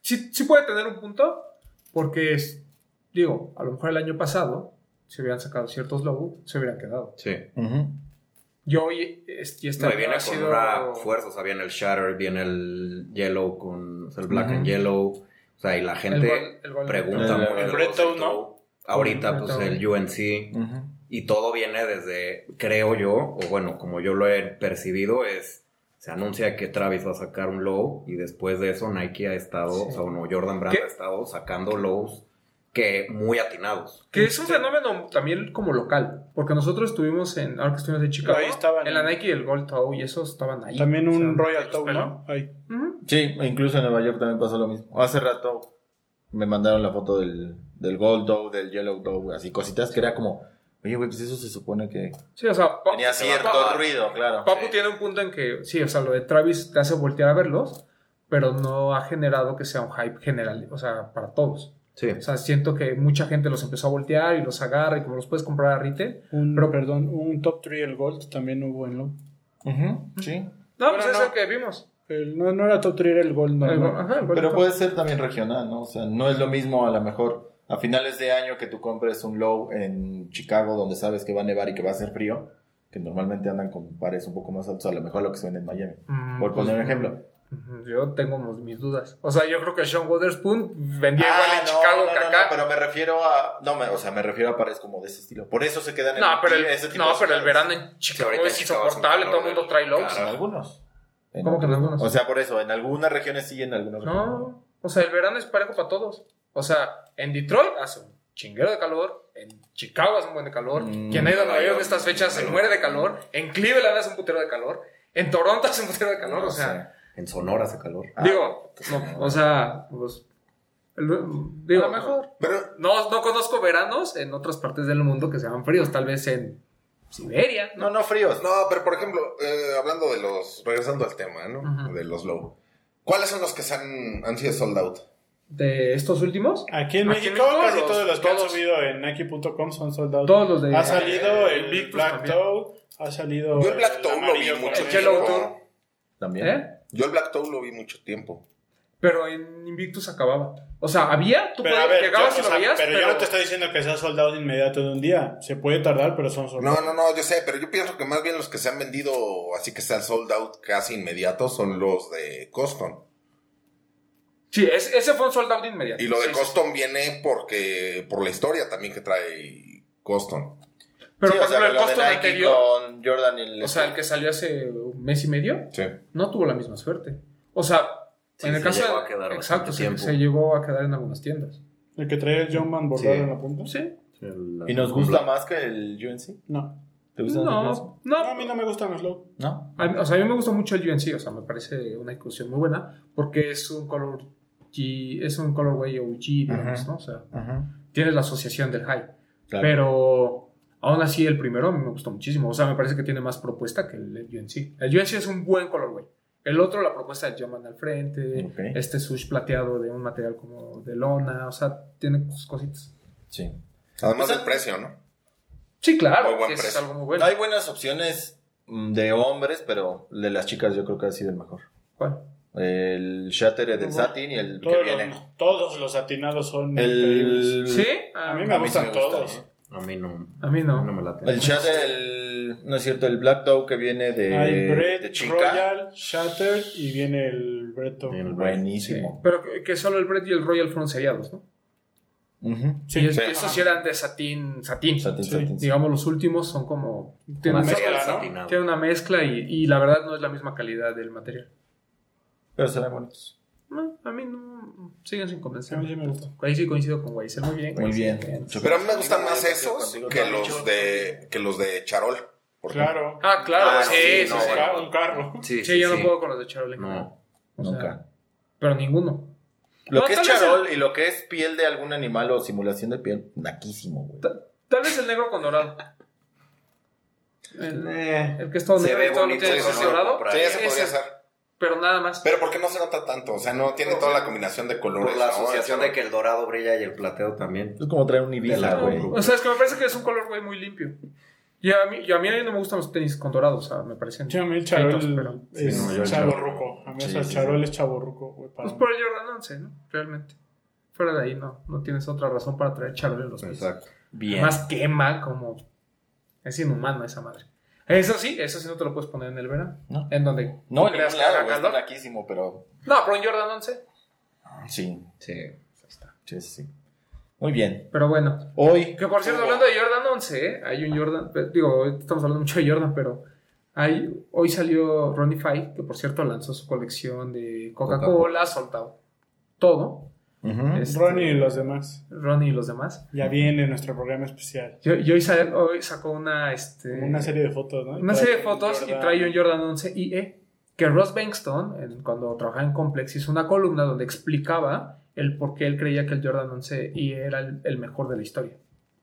sí, sí puede tener un punto, porque es. Digo, a lo mejor el año pasado, si hubieran sacado ciertos logos, se hubieran quedado.
Sí.
Ujú.
Yo hoy. es- Y este
No, y
año
viene
ha
con
sido.
una fuerza, o sea, viene el Shatter, viene el Yellow con o sea, el Black
Ujú.
and Yellow. O sea, y la
el
gente
gol- el gol-
pregunta
El-
mucho
el
los
Breton,
de
¿no?
Low. Ahorita,
El
pues
Breton.
el UNC.
Ujú.
Y todo viene desde, creo yo, o bueno, como yo lo he percibido, es se anuncia que Travis va a sacar un low y después de eso Nike ha estado, o sea, bueno, Jordan Brand
¿Qué?
ha estado sacando lows que muy atinados.
Que es un fenómeno también como local, porque nosotros estuvimos en, ahora que estuvimos en Chicago,
Ahí estaban.
en la Nike y el Gold Toe y esos estaban ahí.
También
O sea, pues,
un Royal
los
Tow,
peló.
¿no? Ahí.
Ujú.
Sí, e incluso en Nueva York también pasó lo mismo. Hace rato me mandaron la foto del, del Gold Doe, del Yellow Doe, así cositas que era como, oye, güey, pues eso se supone que
Sí, o sea, pa-
tenía cierto
pa-
ruido, claro.
Papu tiene un punto en que, sí, o sea, lo de Travis te hace voltear a verlos, pero no ha generado que sea un hype general, o sea, para todos.
Sí.
O sea, siento que mucha gente los empezó a voltear y los agarra y como los puedes comprar a retail.
Un,
Pero-
perdón, un top 3 el Gold también hubo en Low.
Ujú, sí.
No,
Pero
pues es
no.
el que vimos.
El- no, no era top 3, era el Gold
El
normal.
gol- ajá, el gol-
Pero puede ser también regional, ¿no? O sea, no es lo mismo a lo mejor a finales de año que tú compres un low en Chicago donde sabes que va a nevar y que va a hacer frío, que normalmente andan con pares un poco más altos, a lo mejor lo que se vende en Miami.
Mm,
Por
pues,
poner un ejemplo.
ujú, Yo tengo mis- mis dudas. O sea, yo creo que Sean Wotherspoon vendía igual en
Ah, no,
Chicago
no,
que
no,
acá.
no, pero me refiero a. No, me- o sea, me refiero a pares como de ese estilo. Por eso se quedan en
No, pero el,
ese tipo
no,
de
pero el
ciudades.
verano en pues, Chicago
ahorita
es
en Chicago
insoportable,
es un
todo el
calor
mundo trae
del
lows.
En algunos. En
¿Cómo que en
otros.
algunos?
O sea, por eso, en algunas regiones sí, en algunas regiones
No, o sea, el verano es parejo para todos. O sea, en Detroit hace un chinguero de calor, en Chicago hace un buen de calor,
Mm.
quien ha ido a Nueva York en estas fechas se muere de calor, en Cleveland hace un putero de calor, en Toronto hace un putero de calor,
No
o sea,
En Sonora hace calor.
Ah,
digo, no, o sea, pues, el- digo,
A lo mejor.
Pero
No, no conozco veranos en otras partes del mundo que sean fríos, tal vez en Siberia, ¿no?
No, no fríos.
no, pero por ejemplo, eh, hablando de los, regresando al tema, ¿no?
Ujú.
De los low. ¿Cuáles son los que se han, han sido sold out?
De estos últimos,
Aquí en
Aquí en
México
México,
casi
los-
todos los que han
todos.
subido en Nike.com son soldados.
todos los de...
Ha salido
eh,
el Big
Victus
Black
también.
Toe, ha salido
Yo el Black Toe lo vi
amarillo
mucho
con
Yellow
el-
tiempo.
También.
¿Eh?
Yo el Black Toe lo vi mucho tiempo.
Pero en Invictus acababa. O sea, había, tú
Pero a
podías-
ver,
llegabas
yo-
y
o
lo
sea,
veías,
pero yo no te estoy diciendo que sea soldado de inmediato de un día. Se puede tardar, pero son
No,
soldados.
no, no, yo sé, pero yo pienso que más bien los que se han vendido, así que sean sold out casi inmediato, son los de Coston.
Sí, es- ese fue un soldado inmediato.
Y lo de
Sí, sí.
Coston viene porque por la historia también que trae Coston.
Pero
Sí,
por
o sea,
ejemplo, el
lo de
costo
Nike
anterior,
Con Jordan y el. este.
o sea, el que salió hace un mes y medio,
Sí.
no tuvo la misma suerte. O sea,
Sí,
en el
se
caso.
llegó a quedar
exacto,
bastante
se,
tiempo.
se llegó a quedar en algunas tiendas.
¿El que trae el Jumpman bordado en la punta?
Sí.
¿Y nos gusta más que el UNC?
No.
¿Te gusta más el UNC?
No,
No,
no.
a mí no me gustan los low.
¿No?
A mí- o sea, a mí me gusta mucho el UNC, o sea, me parece una inclusión muy buena porque es un color G, es un colorway OG, digamos,
Ajá.
¿no? O sea,
Ajá.
tienes la asociación del high.
Claro.
Pero aún así, el primero a mí me gustó muchísimo. O sea, me parece que tiene más propuesta que el UNC. El UNC es un buen colorway. El otro, la propuesta de Jumpman al frente,
Ok.
este sush plateado de un material como de lona, o sea, tiene sus cositas.
Sí.
Pues,
Además del precio, ¿no?
Sí, claro,
Muy buen
que eso es
precio.
algo muy bueno.
Hay buenas opciones mm, de hombres, pero el de las chicas yo creo que ha sido el mejor.
¿Cuál?
El Shattered del Satin y el que
Todos los,
viene.
todos los atinados son increíbles.
El.
¿Sí?
A
Ah,
mí me gustan
gusta,
todos.
¿eh?
A mí no.
a mí
A mí no
no.
me late.
El Shattered, el. No es cierto, el Black Dog que viene de.
Hay Bread,
¿eh? de chica.
Royal, Shatter y viene el Breto.
Bien.
Sí,
Buenísimo.
Pero que- que solo el Brett y el Royal fueron seriados, ¿no?
Ujú.
Sí,
y es-
sí.
y esos sí eran de satín, satín.
Satin,
Sí.
satin, satin.
Digamos, los últimos son como... Tienen
Una
una,
mezcla, ¿no?
satinado.
tienen una mezcla y, y la verdad no es la misma calidad del material.
Pero se ven bonitos.
No, a mí no... Siguen sin
A mí sí
convencerme.
me gusta.
Ahí sí coincido con Weissel, muy bien.
Muy bien.
Pero a mí me gustan más esos
Contigo,
que
Toño.
los de, que los de Charol. por
Claro.
ejemplo.
Ah, claro,
Ah,
sí,
sí,
sí,
no,
sí.
Un ca- un carro.
Sí,
Sí, sí,
yo
sí.
no puedo con los de Charol. en general.
No.
O sea,
Nunca.
Pero ninguno.
Lo
No,
que es
tal vez
charol y lo que es piel de algún animal o simulación de piel, naquísimo, güey.
Tal vez el negro con dorado. El,
Eh,
el que es todo
Se
negro,
ve
y todo lo
bonito,
tiene
sí,
que ser
no lo
dorado.
compraré.
Sí, ese podría
Ese,
ser.
Pero nada más.
Pero porque no se nota tanto, o sea, no tiene toda la combinación de colores.
Por la
¿no?
asociación
Eso-
de que el dorado brilla y el plateado también.
Es como traer un Ibiza,
la-
ah, güey.
o sea, es que me parece que es un color, güey, muy limpio. Y a mí, y a mí no me gustan los tenis con dorado, o sea, me parecen.
Sí, a mí el
feos, pero-
charol es
Sí, no, yo el
chaborruco. A mí
Sí,
ese el
sí,
charol es chaborruco, güey. para
Pues
mí.
por el Jordan 11, ¿no? Realmente. Fuera de ahí, no. No tienes otra razón para traer charol en los pies.
Exacto.
Bien.
Más quema, como. Es inhumano esa madre. Eso sí, eso sí no te lo puedes poner en el verano.
No.
En donde.
No,
tú
en
creas
ningún
que haga
lado, güey, está
calor.
naquísimo, pero
No, pero en Jordan 11.
sí,
Sí.
sí, sí. sí. Muy bien.
Pero bueno.
Hoy,
Que por cierto, hablando de Jordan 11, ¿eh? hay un Jordan, eh, digo, ahorita estamos hablando mucho de Jordan, pero hay, hoy salió Ronnie Five, que por cierto lanzó su colección de Coca-Cola, soltado todo.
Mm,
Este,
Ronnie y los demás.
Ronnie y los demás.
Ya viene nuestro programa especial.
Y, y hoy, sa- hoy sacó una, este,
Una serie de fotos, ¿no?
una
Trae
serie de
un
fotos y
Jordan.
trae un Jordan 11 IE, que Ross Bankston, en- cuando trabajaba en Complex, hizo una columna donde explicaba el por qué él creía que el Jordan 11 IE era el- el mejor de la historia,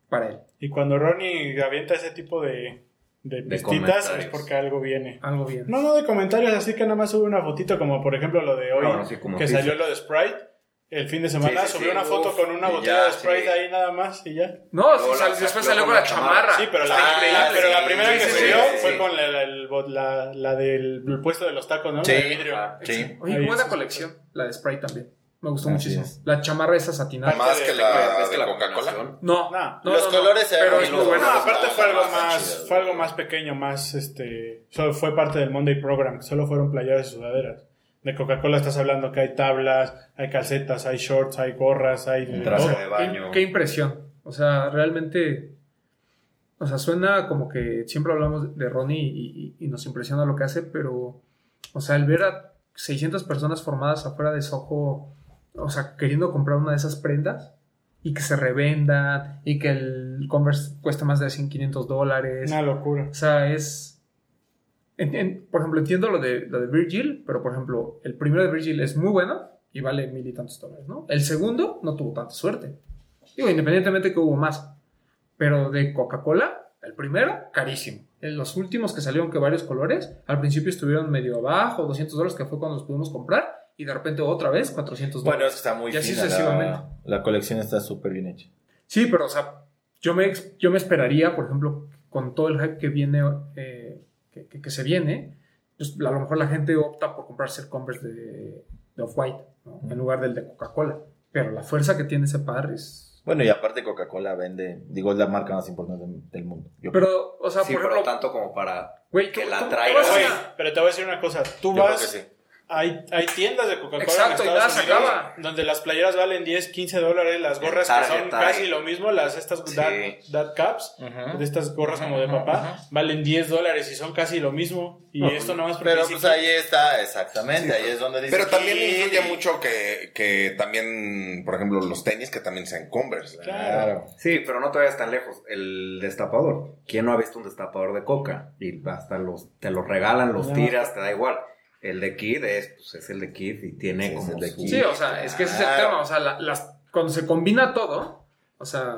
para él.
Y cuando Ronnie avienta ese tipo de, de pistitas es
comentarios.
porque algo viene.
Algo bien.
No, no, de comentarios, así que nada más sube una fotito, como por ejemplo lo de hoy,
Claro, sí, como
que
dices.
salió lo de Sprite. El fin de semana
Sí, sí,
subió
sí,
una
uf,
foto con una
y
botella
ya,
de Sprite
sí.
ahí nada más y ya.
No,
Luego
sí,
la
sal- después salió
salió con
con la
la
chamarra.
Sí, pero la,
Está
ah, pero la
sí,
primera
sí,
que
sí,
subió
sí,
fue
sí.
con la, la- el bot- la- la del el puesto de los tacos, ¿no?
Sí.
La de vidrio.
sí.
Oye,
Ahí
buena
sí.
colección. La de Sprite también. Me gustó
Así
muchísimo.
es.
La chamarra esa satinada.
Además,
Más que la
¿Ves que
de
la
Coca-Cola.
combinación?
no,
Nah.
no,
Los
no, no.
colores se
Pero
ven
es muy
lindos.
bueno.
No,
Bueno,
aparte fue algo
Ah, está
más,
chido.
fue algo más pequeño, más este, solo fue parte del Monday Program, solo fueron playeras y sudaderas. De Coca-Cola estás hablando que hay tablas, hay calcetas, hay shorts, hay gorras, hay de
Traje
todo.
de
Qué,
baño.
qué impresión. O sea, realmente. O sea, suena como que siempre hablamos de Ronnie y, y- y nos impresiona lo que hace, pero. O sea, el ver a 600 personas formadas afuera de Soho, o sea, queriendo comprar una de esas prendas y que se revendan y que el Converse cuesta más de 100, 500 dólares.
Una locura.
O sea, es. en- en- por ejemplo, entiendo lo de, lo de Virgil, pero por ejemplo, el primero de Virgil es muy bueno y vale mil y tantos dólares, ¿no? El segundo no tuvo tanta suerte. Digo, independientemente que hubo más. Pero de Coca-Cola, el primero, carísimo. En los últimos que salieron, que varios colores, al principio estuvieron medio abajo, 200 dólares, que fue cuando los pudimos comprar, y de repente otra vez 400 dólares.
Bueno, es que está muy
Y así
fina la-
sucesivamente.
La, colección está súper bien hecha.
Sí, pero, o sea, yo me, ex- yo me esperaría, por ejemplo, con todo el hype que viene, eh, que, que- que se viene, pues, a lo mejor la gente opta por comprarse el Converse de, de Off-White, ¿no? en lugar del de Coca-Cola. Pero la fuerza que tiene ese par es...
Bueno, y aparte Coca-Cola vende, digo, es la marca más importante del mundo. Yo
Pero, o sea,
sí,
por
pero
ejemplo...
tanto como para
Güey,
que
¿tú-
la
tú-
traiga.
tú vas a-
Güey, pero te voy a decir una cosa. Tú
creo
vas.
que sí.
Hay, hay tiendas de Coca-Cola en
Exacto, y
Estados
las
Unidos
acaba.
donde las playeras valen 10, 15 dólares, las gorras
Target,
que son
Target.
casi lo mismo, las estas
Sí.
dad, dad caps, de estas gorras como de papá, valen 10 dólares y son casi lo mismo. Y esto nomás porque
Pero
sí
pues
que-
ahí está, exactamente, ahí es donde dice...
Pero también influye
"Sí".
mucho que, que también, por ejemplo, los tenis que también sean Converse.
Claro.
Sí, pero no te vayas tan lejos. El destapador. ¿Quién no ha visto un destapador de coca? Y hasta los, te los regalan, los
Ya.
tiras, te da igual. El de Kid es, pues, es el de Kid y tiene
Sí, es
como
el de
su-
Kid.
Sí, o sea, es que ese es el tema. O sea, la- las, cuando se combina todo, o sea,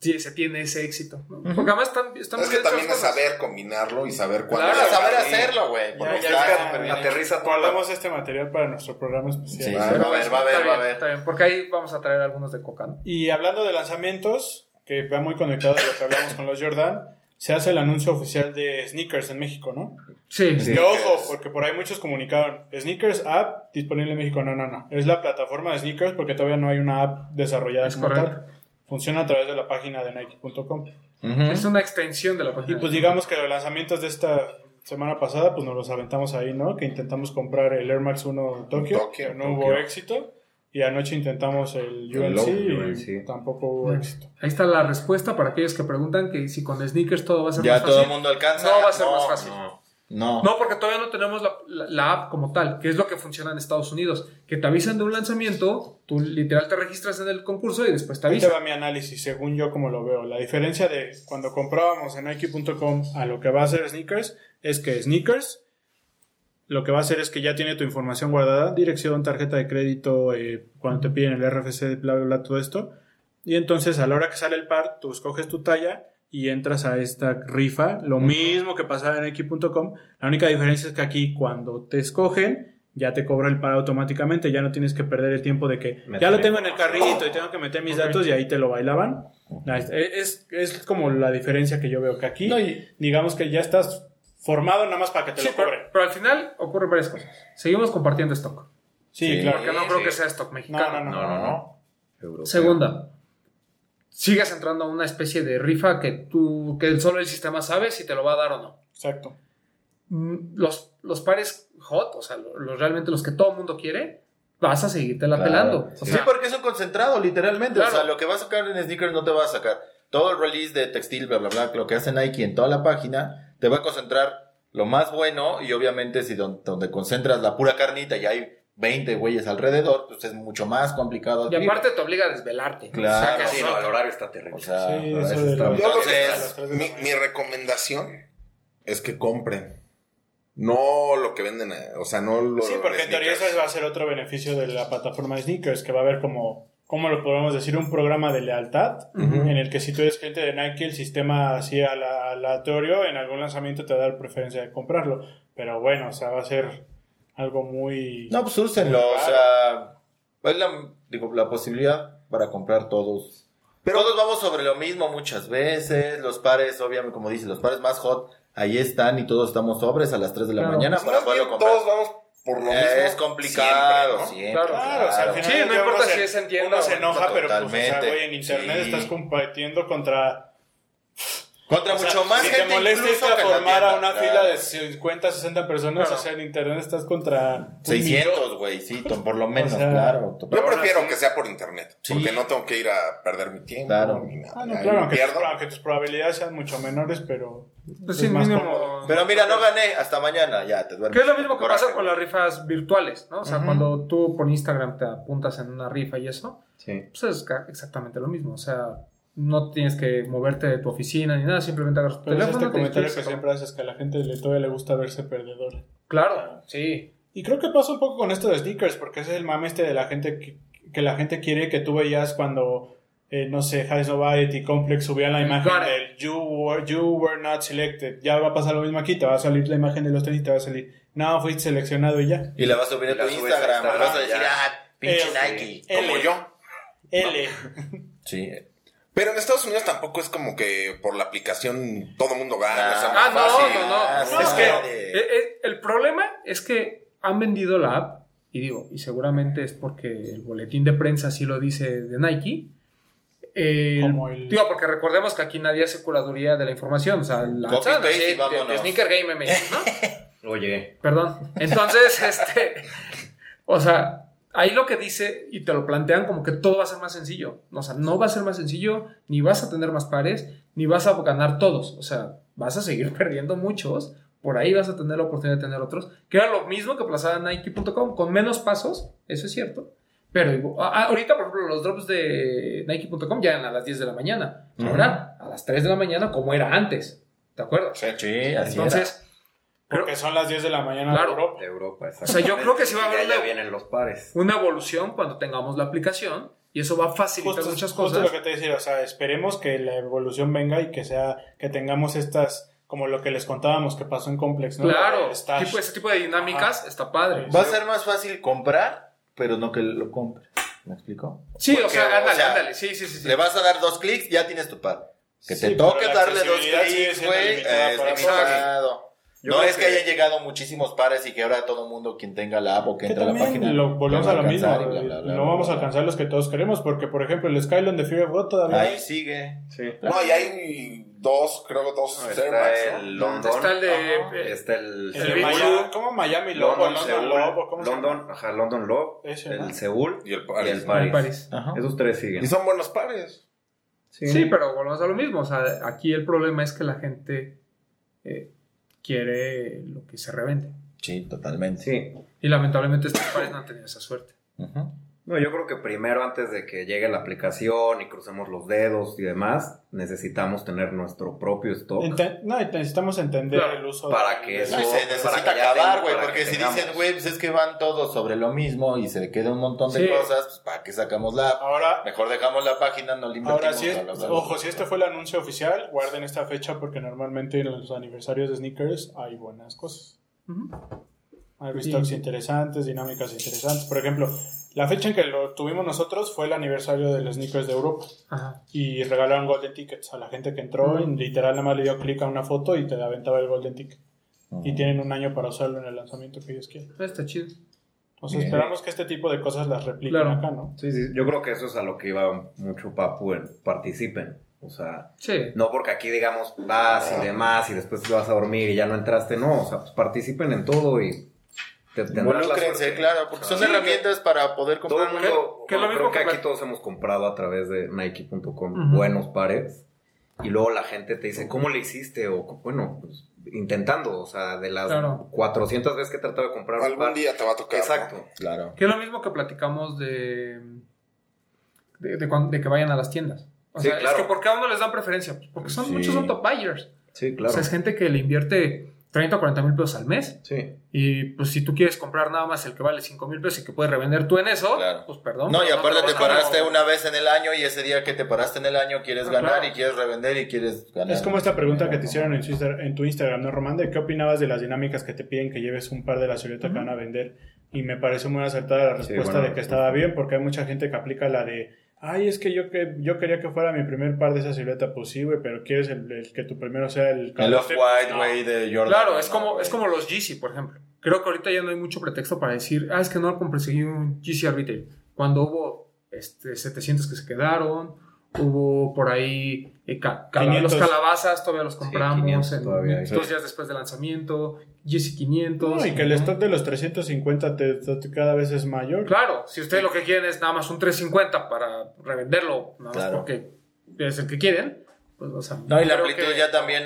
sí, se tiene ese éxito. ¿no? Porque además están, están
Es que
bien hechas
también es
todas.
saber combinarlo y saber cuándo.
Claro,
Claro,
saber
sí.
hacerlo, güey.
Ya,
porque
ya
está
está,
súper bien hecho.
Aterriza todo.
Guardamos este material para nuestro programa especial.
Sí,
va,
pero
va,
a ver, va a ver,
Está
va a
bien,
ver.
está bien, porque ahí vamos a traer algunos de Coca, ¿no?
Y hablando de lanzamientos, que va muy conectado a lo que hablamos con los Jordan, se hace el anuncio oficial de sneakers en México, ¿no?
Sí,
Que ojo, porque por ahí muchos comunicaron. Sneakers app disponible en México. No, no, no. Es la plataforma de sneakers porque todavía no hay una app desarrollada
Es
como
correcto.
tal. Funciona a través de la página de Nike.com.
es una extensión de la página.
Y pues digamos que los lanzamientos de esta semana pasada, pues nos los aventamos ahí, ¿no? Que intentamos comprar el Air Max 1 en Tokio.
Tokio,
no
Tokio.
hubo éxito. Y anoche intentamos el UNC,
El Low,
y
UNC.
tampoco hubo
Mm.
éxito.
Ahí está la respuesta para aquellos que preguntan que si con sneakers todo va a ser
Ya
más
todo el
fácil.
mundo alcanza.
No va a ser más fácil.
No.
No, porque todavía no tenemos la, la- la app como tal, que es lo que funciona en Estados Unidos. Que te avisan de un lanzamiento, tú literal te registras en el concurso y después te
Ahí te
avisan.
va mi análisis, según yo como lo veo. La diferencia de cuando comprábamos en Nike.com a lo que va a hacer Sneakers es que Sneakers lo que va a hacer es que ya tiene tu información guardada, dirección, tarjeta de crédito, eh, cuando te piden el RFC, bla, bla, bla, todo esto. Y entonces a la hora que sale el par, tú escoges tu talla y entras a esta rifa. Lo mismo que pasaba en Nike.com. La única diferencia es que aquí cuando te escogen, ya te cobra el par automáticamente, ya no tienes que perder el tiempo de que
Meter
ya lo
la
tengo en el carrito y tengo que meter mis datos y ahí te lo bailaban. Es, es- es como la diferencia que yo veo que aquí,
No, y-
digamos que ya estás formado nada más para que te
Sí,
lo
pero,
cobren.
pero al final ocurren varias cosas. Seguimos compartiendo stock.
Sí,
Sí.
claro.
Porque no creo
sí.
que sea stock
No,
mexicano.
no, no.
No, no, no. Europeo.
Segunda, sigues entrando a una especie de rifa que tú, que solo el sistema sabe si te lo va a dar o no.
Exacto.
Mm, Los, los pares hot, o sea, lo- los, realmente los que todo el mundo quiere, vas a seguirte la
Claro.
pelando. O
Sí,
sea,
porque es un concentrado, literalmente. O
Claro.
sea, lo que va a sacar en sneakers no te va a sacar. Todo el release de textil, bla, bla, bla, lo que hace Nike en toda la página, te va a concentrar lo más bueno y obviamente si don- donde, concentras la pura carnita y hay 20 güeyes alrededor, pues es mucho más complicado.
y aparte te obliga a desvelarte.
Claro.
O sea, que
Sí,
Ah, no,
no, el horario está terrible.
O sea,
Sí,
a
eso
veces
de
está-
la-
Yo lo que-
Entonces,
mi, mi recomendación es que compren. No lo que venden, eh, o sea, no lo.
Sí, porque en teoría eso va a ser otro beneficio de la plataforma de sneakers, que va a haber como, ¿cómo lo podemos decir? Un programa de lealtad, en el que si tú eres cliente de Nike, el sistema así al- aleatorio, en algún lanzamiento te va a dar preferencia de comprarlo. Pero bueno, o sea, va a ser algo muy...
No, pues úsenlo, o sea, es la, digo, la posibilidad para comprar todos. Pero todos vamos sobre lo mismo muchas veces, los pares, obviamente, como dice, los pares más hot, ahí están y todos estamos sobres a las 3 de la
Claro.
mañana para poderlo comprar. Eh,
todos vamos por lo mismo.
es complicado,
siempre, ¿no?
siempre,
Claro,
Claro, o sea, al final
Sí,
del
no
día
importa
uno
si es en tienda
Uno
o
se
en-
enoja, pero pues, o sea,
Totalmente,
güey, en internet
sí.
estás compitiendo contra...
Contra
o sea,
mucho más
si
gente
te molesta
incluso
irte
que
a
en la
formar a
tienda,
una
claro.
fila de 50, 60 personas,
Claro.
o sea, en internet estás contra... un
600, güey, sí, to- por lo menos,
sea,
claro. to-
Yo prefiero que sea por internet,
Sí.
porque no tengo que ir a perder mi tiempo
Claro.
ni nada.
Ah, no,
Ahí
claro, aunque,
pierdo.
aunque tus probabilidades sean mucho menores, pero.
pues
es
sí,
más
mínimo-
cómodo.
Pero mira, no gané, hasta mañana, ya, te duermes.
Que es lo mismo que
Coraje.
pasa con las rifas virtuales, ¿no? O sea, cuando tú por Instagram te apuntas en una rifa y eso,
Sí.
pues es ca- exactamente lo mismo. O sea, no tienes que moverte de tu oficina ni nada, simplemente agarras tu
Pero es
teléfono. te
este comentario que
inscribes.
siempre haces que a la gente le, todavía le gusta verse perdedora.
Claro, sí.
Y creo que pasa un poco con esto de sneakers, porque ese es el mame este de la gente que, que la gente quiere que tú veías cuando, eh, no sé, High Society y Complex subían la imagen
Got it.
del you were, you were not selected. Ya va a pasar lo mismo aquí, te va a salir la imagen de los tenis y te va a salir, no, fuiste seleccionado y ya.
Y la vas a subir
Y
a
la
tu
subes a
Instagram,
Instagram,
vas a decir,
ya.
ah, pinche
Eh,
Nike.
L.
Como yo.
L.
Sí,
Pero en Estados Unidos tampoco es como que por la aplicación todo mundo gana.
Ah,
o sea, más
Ah, no,
fácil.
no, no.
Ah,
No, es que
Eh, eh, el problema es que han vendido la app, y digo, y seguramente es porque el boletín de prensa sí lo dice de Nike. Eh,
Como el-
Digo, porque recordemos que aquí nadie hace curaduría de la información. O sea, la
Copy
lanzan,
paste
sí,
y
de- de
vámonos.
Sneaker Game MX, ¿no?
Oye,
Perdón. Entonces, [LAUGHS] este. O sea, ahí lo que dice y te lo plantean como que todo va a ser más sencillo. O sea, no va a ser más sencillo, ni vas a tener más pares, ni vas a ganar todos. O sea, vas a seguir [LAUGHS] perdiendo muchos. Por ahí vas a tener la oportunidad de tener otros. Que era lo mismo que plazaba Nike.com, con menos pasos, eso es cierto. Pero digo, a- a- ahorita, por ejemplo, los drops de Nike.com llegan a las 10 de la mañana. Ahora, a las 3 de la mañana, como era antes. ¿Te acuerdas?
Sí, así
Entonces,
Porque son las 10 de la mañana
Claro.
de Europa.
de Europa,
O sea, yo creo que sí va a haber
Ya, ya
una-
vienen los pares.
una evolución cuando tengamos la aplicación y eso va a facilitar
Justo,
muchas
justo
cosas.
lo que te decía, o sea, esperemos que la evolución venga y que sea, que tengamos estas, como lo que les contábamos que pasó en Complex, ¿no?
Claro,
El stash.
tipo- ese tipo de dinámicas está padre.
Va a ser más fácil comprar, pero no que lo compre. ¿Me explico?
Sí, o sea, ándale,
o sea,
ándale. Sí, sí, sí. sí.
Le vas a dar dos clics, ya tienes tu pad. Que
Sí,
te
pero
toque
la
darle dos
accesibilidad sigue
clics,
siendo
güey,
limitada
es
para
limitado.
Yo
no
creo
es que,
que-
hayan llegado muchísimos pares y que ahora todo el mundo quien tenga la app o que
Que
entre a la
también
página.
lo volvemos
la
a
va
lo mismo. eh,
alcanzar y bla, bla, bla,
no
bla,
vamos a
bla, bla.
alcanzar los que todos queremos, porque por ejemplo el Skyline de Fear of God todavía
Ahí sigue.
No, y hay dos, creo, dos
No,
Air
está
Max, ¿no?
el London.
Está el de- eh,
Ajá.
Está el,
El de
Seúl,
Miami, ¿cómo Miami Love?
London,
London
Seúl,
Love, o ¿cómo se llama?
London, ajá, London Love,
Ese,
el
¿no?
Seúl
Y el
y
Paris.
el
¿no?
En
Paris.
París.
Ajá.
Esos tres siguen.
Y son buenos pares.
Sí. pero volvemos a lo mismo. O sea, aquí el problema es que la gente eh, quiere lo que se revende.
Sí, totalmente.
Sí.
Y lamentablemente estos pares no han tenido esa suerte.
Ujú.
No, yo creo que primero, antes de que llegue la aplicación y crucemos los dedos y demás, necesitamos tener nuestro propio stock.
Ente- no, y necesitamos entender
Claro,
el uso
para que
No,
eso-
y se
para
necesita
que ya
acabar,
tenga-
güey,
para
porque
que
si
tengamos.
dicen, güey, pues es que van todos sobre lo mismo y se le queda un montón de
Sí.
cosas, pues ¿para qué sacamos la app?
Ahora,
Mejor dejamos la página, no le invertimos.
ahora sí, es-
bla, bla, bla, bla.
ojo, si este fue el anuncio oficial, guarden esta fecha porque normalmente en los aniversarios de sneakers hay buenas cosas.
Ujú.
Hay restocks interesantes, dinámicas interesantes. Por ejemplo, la fecha en que lo tuvimos nosotros fue el aniversario de los sneakers de Europa.
Ajá.
y regalaron golden tickets a la gente que entró y literal nada más le dio clic a una foto y te aventaba el golden ticket. Y tienen un año para usarlo en el lanzamiento que ellos quieran.
Está chido.
O sea,
Bien.
esperamos que este tipo de cosas las repliquen
Claro.
acá, ¿no?
Sí, sí, yo creo que eso es a lo que iba mucho Papu, en participen. O sea,
Sí.
no porque aquí digamos vas y demás y después te vas a dormir y ya no entraste, no, o sea, pues participen en todo y te tendrás la
Involúcrense,
suerte.
claro, porque son
Sí,
herramientas para poder
Todo
comprar.
el mundo,
que es lo
creo
mismo
que
que pla-
aquí todos hemos comprado a través de Nike.com
Ujú.
buenos pares y luego la gente te dice, ¿cómo le hiciste? O, bueno, pues, intentando, o sea, de las
Claro.
400 veces que he tratado de comprar un
Algún
par.
día te va a tocar. ¿no?
Exacto.
Claro.
Que es lo mismo que platicamos de. de, de cuan- de que vayan a las tiendas. O
Sí,
sea,
claro.
es que ¿por qué a uno les dan preferencia? Pues porque son
Sí.
muchos son top buyers.
Sí,
O sea, es gente que le invierte 30 o 40 mil pesos al mes.
sí.
Y pues si tú quieres comprar nada más el que vale 5 mil pesos y que puedes revender tú en eso,
Claro.
pues perdón.
No, y
pero
aparte
lo
te
vas a-
paraste una vez en el año y ese día que te paraste en el año quieres
Ah,
ganar
claro.
y quieres revender y quieres ganar.
Es como esta pregunta que te hicieron en, su Insta- en tu Instagram, ¿no, Román? ¿De qué opinabas de las dinámicas que te piden que lleves un par de las siluetas que van a vender? Y me pareció muy acertada la respuesta
bueno,
de que estaba bien, porque hay mucha gente que aplica la de, ay, es que yo, que, yo quería que fuera mi primer par de esa silueta, pues sí, güey, pero quieres el, el que tu primero sea el...
El Off-White,
No.
güey, de Jordan.
Claro, es como, es como los Yeezy, por ejemplo. Creo que ahorita ya no hay mucho pretexto para decir, ah, es que no conseguí un Yeezy al retail. Cuando hubo este, 700 que se quedaron, hubo por ahí eh, ca- cala-
500.
los calabazas, todavía los compramos
500
en-
todavía hay.
dos días después del lanzamiento, Yeezy 500.
No, y que el stock de los 350 te- te- cada vez es mayor.
Claro, si ustedes lo que quieren es nada más un 350 para revenderlo, nada más
Claro.
porque es el que quieren, pues o sea,
No, y la
creo
amplitud
que-
ya también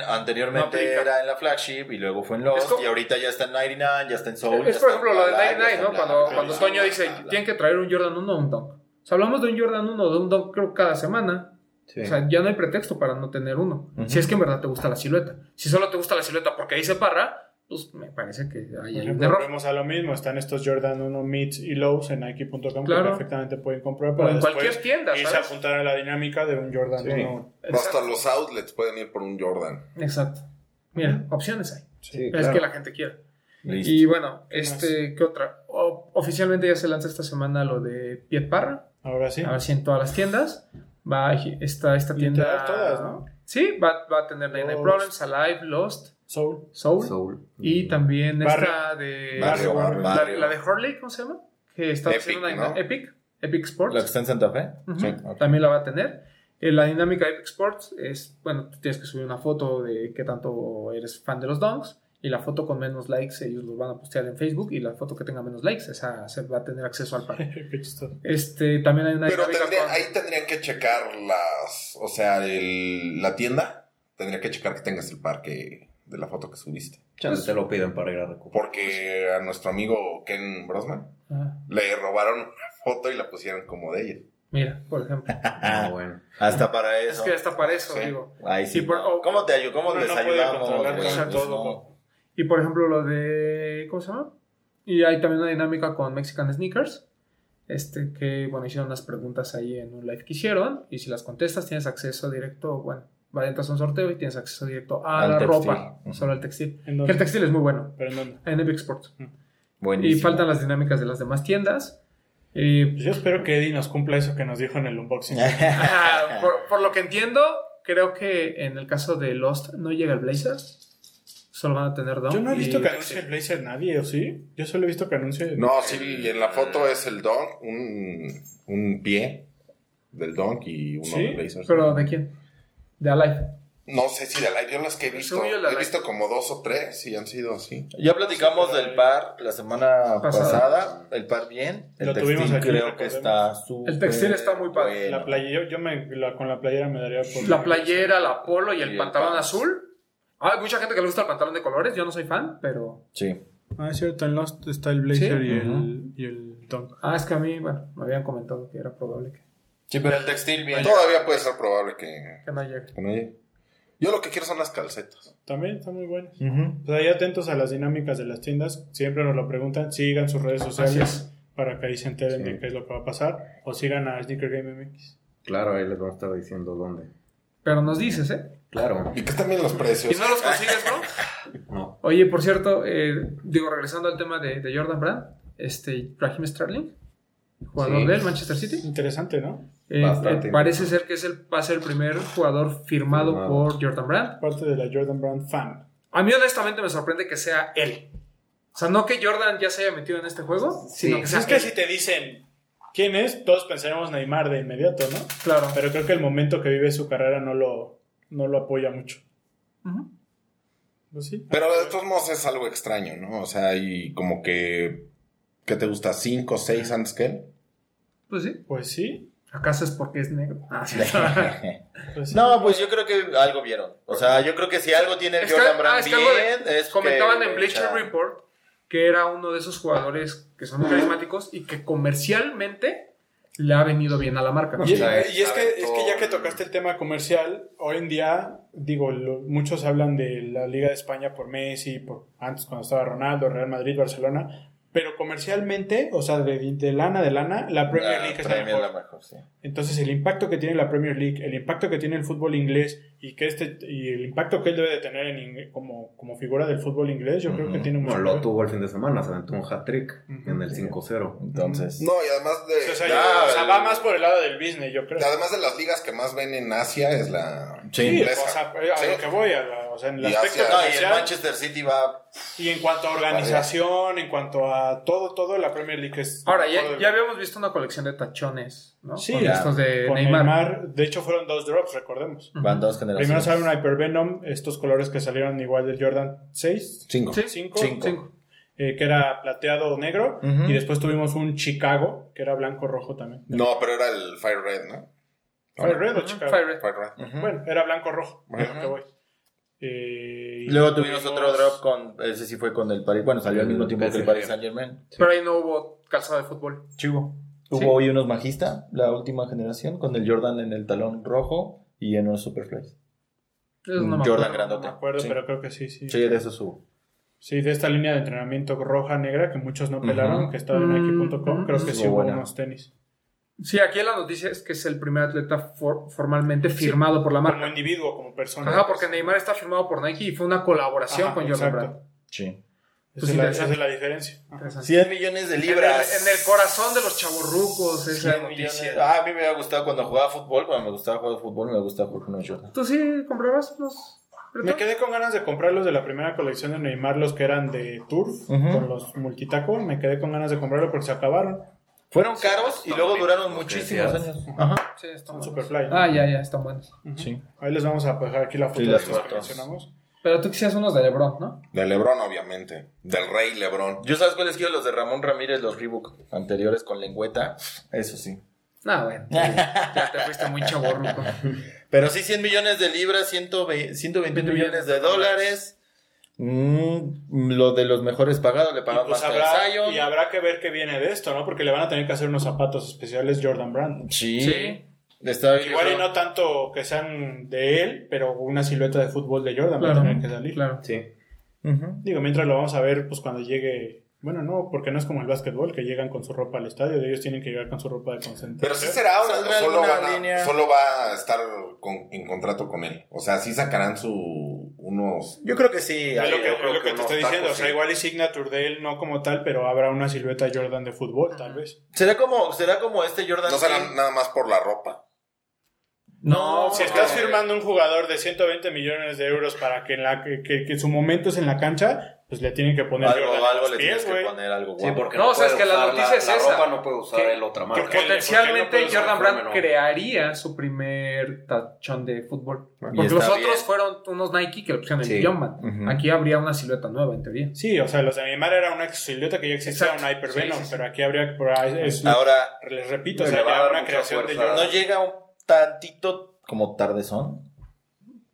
no
anteriormente
aplica.
era en la flagship y luego fue en
Es
Lost
como-
y ahorita ya está en 99, ya está en Soul.
Es
ya
por
está en
ejemplo lo de
bla, bla, ya
99,
está
¿no?
en bla,
Cuando,
bla,
cuando
bla,
Toño
bla,
dice,
bla, bla.
tienen que traer un Jordan 1 o un Dunk. O sea, hablamos de un Jordan 1 o de un Dunk creo cada semana.
Sí.
O sea, ya no hay pretexto para no tener uno. Si es que en verdad te gusta la silueta. Si solo te gusta la silueta porque dice parra, pues me parece que hay
Por
un
ejemplo,
error.
volvemos a lo mismo, están estos Jordan 1 mids y lows en Nike.com
Claro.
que perfectamente pueden comprar
O
para
en
después
cualquier tienda,
irse
¿sabes?
a apuntar a la dinámica de un Jordan
Sí.
1.
Hasta
Exacto.
los outlets pueden ir por un Jordan.
Exacto. Mira, opciones hay.
Sí,
es
claro.
que la gente quiere.
Listo.
Y bueno, este, ¿qué otra? O- oficialmente ya se lanza esta semana lo de Piet Parra.
Ahora sí.
A ver si en todas las tiendas va esta, esta tienda.
Literal, todas, ¿no?
Sí, va, va a tener Nine Nine
Lost.
Problems, Alive, Lost.
Soul.
Soul.
Soul. Mm.
Y también
Barrio.
esta de.
Barrio, barrio,
la,
barrio.
la de Hurley, ¿cómo se llama? Que está
Epic,
haciendo una
¿no?
Epic. Epic
¿La que
Sports.
está en Santa Fe?
Ujú.
ok.
También la va a tener. Eh, La dinámica de Epic Sports es, bueno, tú tienes que subir una foto de qué tanto eres fan de los donks y la foto con menos likes ellos los van a postear en Facebook y la foto que tenga menos likes esa se va a tener acceso al
[LAUGHS]
pack.
Qué chistoso.
Este, también hay una
Pero
dinámica
tendría-
con-
ahí tendrían que checar las. O sea, el- la tienda tendría que checar que tengas el parque de la foto que subiste.
pues,
Chance te lo piden para ir a recuperar.
Porque a nuestro amigo Ken Brosman
Ah,
le robaron una foto y la pusieron como de ella.
mira, por ejemplo.
Ah, bueno.
Hasta para
es
eso.
que hasta para eso,
Sí.
digo. oh,
Ahí sí.
Y por, o-
¿Cómo te ayudo? ¿Cómo
Uno
les
no puede
ayudamos?
controlar
güey?
cosas,
Pues
todo.
no.
Y por ejemplo, lo de. ¿Cómo se llama? Y hay también una dinámica con Mexican Sneakers. Este, que bueno, hicieron unas preguntas ahí en un live que hicieron. Y si las contestas, tienes acceso directo. Bueno, va entras a un sorteo y tienes acceso directo a
Al
la
textil.
ropa. Solo al textil.
¿En
Que el
dónde?
textil es muy bueno.
¿Pero en dónde?
En Epic Sports.
Buenísimo.
Y faltan las dinámicas de las demás tiendas. Y,
[LAUGHS] Pues yo espero que Eddie nos cumpla eso que nos dijo en el [LAUGHS] unboxing.
ah, por, por lo que entiendo, creo que en el caso de Lost no llega el Blazer. Solo van a tener Dom.
Yo no he
y
visto que
Textil.
anuncie el Blazer nadie, ¿o sí? Yo solo he visto que anuncie...
No, sí, y en la foto es el donk, un, un pie del donk y uno
¿Sí?
de Blazers.
¿Pero de quién? De Alive.
No sé si de la yo las que he visto,
Según yo, la
he
Live.
visto como dos o tres y han sido así.
Ya platicamos del par la semana
Pasada.
pasada. El par bien. El
Lo
textil
tuvimos aquí,
creo que
recordemos.
está súper.
El textil está muy padre.
bueno.
La playera, yo, yo me, la- con la playera me daría por...
La playera, la polo y el
Y el
pantalón
pan.
azul. Ah, Hay mucha gente que le gusta el pantalón de colores. Yo no soy fan, pero.
Sí.
Ah, es cierto, en Lost está el Blazer
Sí.
y, el,
Ujú.
y el Dunk.
Ah, es que a mí, bueno, me habían comentado que era probable que,
Sí, pero el textil
[LAUGHS]
bien.
Todavía puede ser probable que,
que no llegue.
que no llegue. Yo lo que quiero son las calcetas.
También está muy bueno. Pues ahí atentos a las dinámicas de las tiendas. Siempre nos lo preguntan. Sigan sus redes sociales para que ahí se enteren de qué es lo que va a pasar. O sigan a Sneaker Game MX.
Claro, ahí les van a estar diciendo dónde.
Pero nos dices, ¿eh?
Claro.
Y que están bien los precios.
Y no los consigues, ¿no?
No.
[LAUGHS] Oye, por cierto, eh, digo, regresando al tema de, de Jordan Brand, este, Raheem Sterling, jugador
Sí.
del Manchester City,
Interesante, ¿no?
eh,
Bastante.
eh, parece ser que es el, va a ser el primer jugador firmado
Firmado.
por Jordan Brand.
Parte de la Jordan Brand fan.
A mí honestamente me sorprende que sea él. O sea, no que Jordan ya se haya metido en este juego, sino que sea
es que
él.
si te dicen quién es, todos pensaremos Neymar de inmediato, ¿no?
Claro.
Pero creo que el momento que vive su carrera no lo, no lo apoya mucho.
Ujú.
Pues sí.
Pero de todos modos es algo extraño, ¿no? O sea, y como que. ¿Qué te gusta? ¿Cinco o seis antes que él?
Pues sí.
Pues sí.
¿Acaso es porque es negro? [LAUGHS] Ah,
[LAUGHS]
sí.
Pues sí.
[LAUGHS] No, pues yo creo que algo vieron. O sea, yo creo que si algo tiene
Es que-
Jordan
ah,
Brand
es que
bien,
algo de-
es que,
Comentaban en
o
Bleacher
sea,
Report que era uno de esos jugadores que son muy carismáticos y que comercialmente le ha venido bien a la marca.
Y,
sea,
y- y es, que, es que ya que
aventó-
tocaste el tema comercial, hoy en día, digo, lo- muchos hablan de la Liga de España por Messi, por antes cuando estaba Ronaldo, Real Madrid, Barcelona, pero comercialmente, o sea, de, de lana de lana, la Premier
la
League es
Ah, Premier
la
la
mejor.
mejor, sí.
Entonces, el impacto que tiene la Premier League, el impacto que tiene el fútbol inglés y que este y el impacto que él debe de tener en ing- como, como figura del fútbol inglés, yo creo que
Ujú.
tiene mucho
Bueno,
que
lo
ver.
tuvo el fin de semana, se aventó un hat-trick
Ujú.
en el 5-0.
Entonces,
No, y además de.
O sea, yo-
ya,
o sea,
el-
va más por el lado del business, yo creo.
Además de las ligas que más ven en Asia es la
Sí.
Sí,
inglesa.
o sea, eh, a
ah, Sí.
lo que voy, a la- o sea, en el
Y
aspecto
hacia-
No, y el
comercial,
Manchester City va.
Y en cuanto a organización, en cuanto a todo, todo, la Premier League es...
Ahora,
todo
ya,
el-
ya habíamos visto una colección de tachones, ¿no?
Sí,
Con
ya.
estos de
con
Neymar.
Eh, Neymar. De hecho, fueron dos drops, recordemos.
Ujú.
Van dos generaciones.
Primero salió una Hypervenom, estos colores que salieron igual del Jordan 6,
Cinco.
Sí,
Cinco.
cinco.
eh, que era plateado o negro.
Ujú.
Y después tuvimos un Chicago, que era blanco-rojo también.
No, pero era el Fire Red, ¿no?
¿Fire Red o
Ujú,
Chicago?
Fire Red.
Fire Red.
Ujú.
Bueno, era blanco-rojo. a lo
Ujú.
que voy. Eh, y
Luego tuvimos Mm, otro drop con. Ese sí fue con el Paris. Bueno, salió al mismo tiempo que el Paris Saint Germain.
Pero ahí no hubo calzado de fútbol.
Chivo.
Sí.
Hubo hoy unos Magista, la última generación, con el Jordan en el talón rojo y en unos Superflies.
Eso no me acuerdo.
Jordan Grandote.
No me acuerdo,
Sí.
pero creo que sí, sí.
Sí, de esos hubo.
Sí, de esta línea de entrenamiento roja-negra que muchos no pelaron,
Ujú.
que está en Nike.com,
Mm,
creo que
mm.
sí hubo
Buena.
unos tenis.
Sí, aquí la noticia es que es el primer atleta for- formalmente firmado por la
Como
marca.
individuo, como persona.
Ajá, porque Neymar está firmado por Nike y fue una colaboración
Ajá,
con Jordan
exacto.
Brand.
Sí.
Esa
Pues
es la- esa
interesante.
es la diferencia. Ajá.
Interesante.
100 millones de
En el,
libras.
en el corazón de los chavorrucos, esa
100 millones.
noticia.
Ah, a mí me había gustado cuando jugaba fútbol. Cuando me gustaba jugar fútbol, me gustaba jugar con un Jordan.
¿Tú sí comprabas los
Me quedé con ganas de comprar los de la primera colección de Neymar, los que eran de Turf, con los multitaco. Me quedé con ganas de comprarlo porque se acabaron.
Fueron caros y luego duraron muchísimos
decías.
años.
Sí, están
Son
buenos.
Superfly.
Ah, ya, ya, están buenos.
Sí.
Ahí les vamos a dejar aquí la foto
Sí,
de
las
los que
fotos.
mencionamos.
Pero tú quisieras unos de LeBron, ¿no?
De Lebrón, obviamente. Del rey Lebrón.
Yo sabes cuáles quiero los de Ramón Ramírez, los Reebok anteriores con lengüeta. Eso sí.
No, Ah,
[LAUGHS]
bueno. Ya te fuiste muy chaborruco.
Pero sí, 100 millones de libras, 120, 121 millones de dólares. Mm, lo de los mejores pagados, le
Y,
pagaban
pues
más que
habrá,
a Zion.
y habrá que ver qué viene de esto, ¿no? Porque le van a tener que hacer unos zapatos especiales Jordan Brand.
Sí.
Sí.
Está bien.
Igual y no tanto que sean de él, pero una silueta de fútbol de Jordan va a
Claro.
tener que salir.
Claro.
Sí.
Ujú.
Digo, mientras lo vamos a ver, pues cuando llegue. Bueno, no, porque no es como el básquetbol, que llegan con su ropa al estadio, ellos tienen que llegar con su ropa de
Pero
concentración.
sí será ahora.
¿Saldrá
o Solo,
alguna
van a-
línea?
solo va a estar con- en contrato con él. O sea, sí sacarán su unos.
Yo creo que sí.
Es
Ale,
lo que,
yo creo
es lo que te
unos
estoy diciendo,
tacos,
o sea,
sí.
igual y signature de él no como tal, pero habrá una silueta Jordan de fútbol, tal vez.
Será como, será como este Jordan.
No serán
King?
nada más por la ropa.
No,
si estás firmando un jugador de 120 millones de euros para que, en la, que, que- que su momento es en la cancha, pues le tienen que poner
algo,
Jordan en
algo
los
le
pies,
tienes que
¿eh, güey.
poner algo
Sí,
guapo.
porque
No,
no,
o sea,
sabes
es que la noticia es
la
esa.
ropa no puede usar
Que-
el otra marca.
porque-
Potencialmente
puedes
Jordan
hacer
Brand
fenómeno?
crearía su primer tachón de fútbol.
Y
Porque los
está
otros
bien.
fueron unos Nike que le pusieron el
Sí.
Jumpman.
Ujú.
Aquí habría una silueta nueva, en teoría.
Sí, o sea, los de Neymar era una silueta que ya existía,
Exacto.
una Hyper
Sí,
Venom,
sí, sí.
pero aquí habría que probar- es-
Ahora,
les repito, o
Le
sea,
va a
ya
dar
una
mucha
creación de
fuerza.
Jordan.
¿no llega un tantito como tardezón?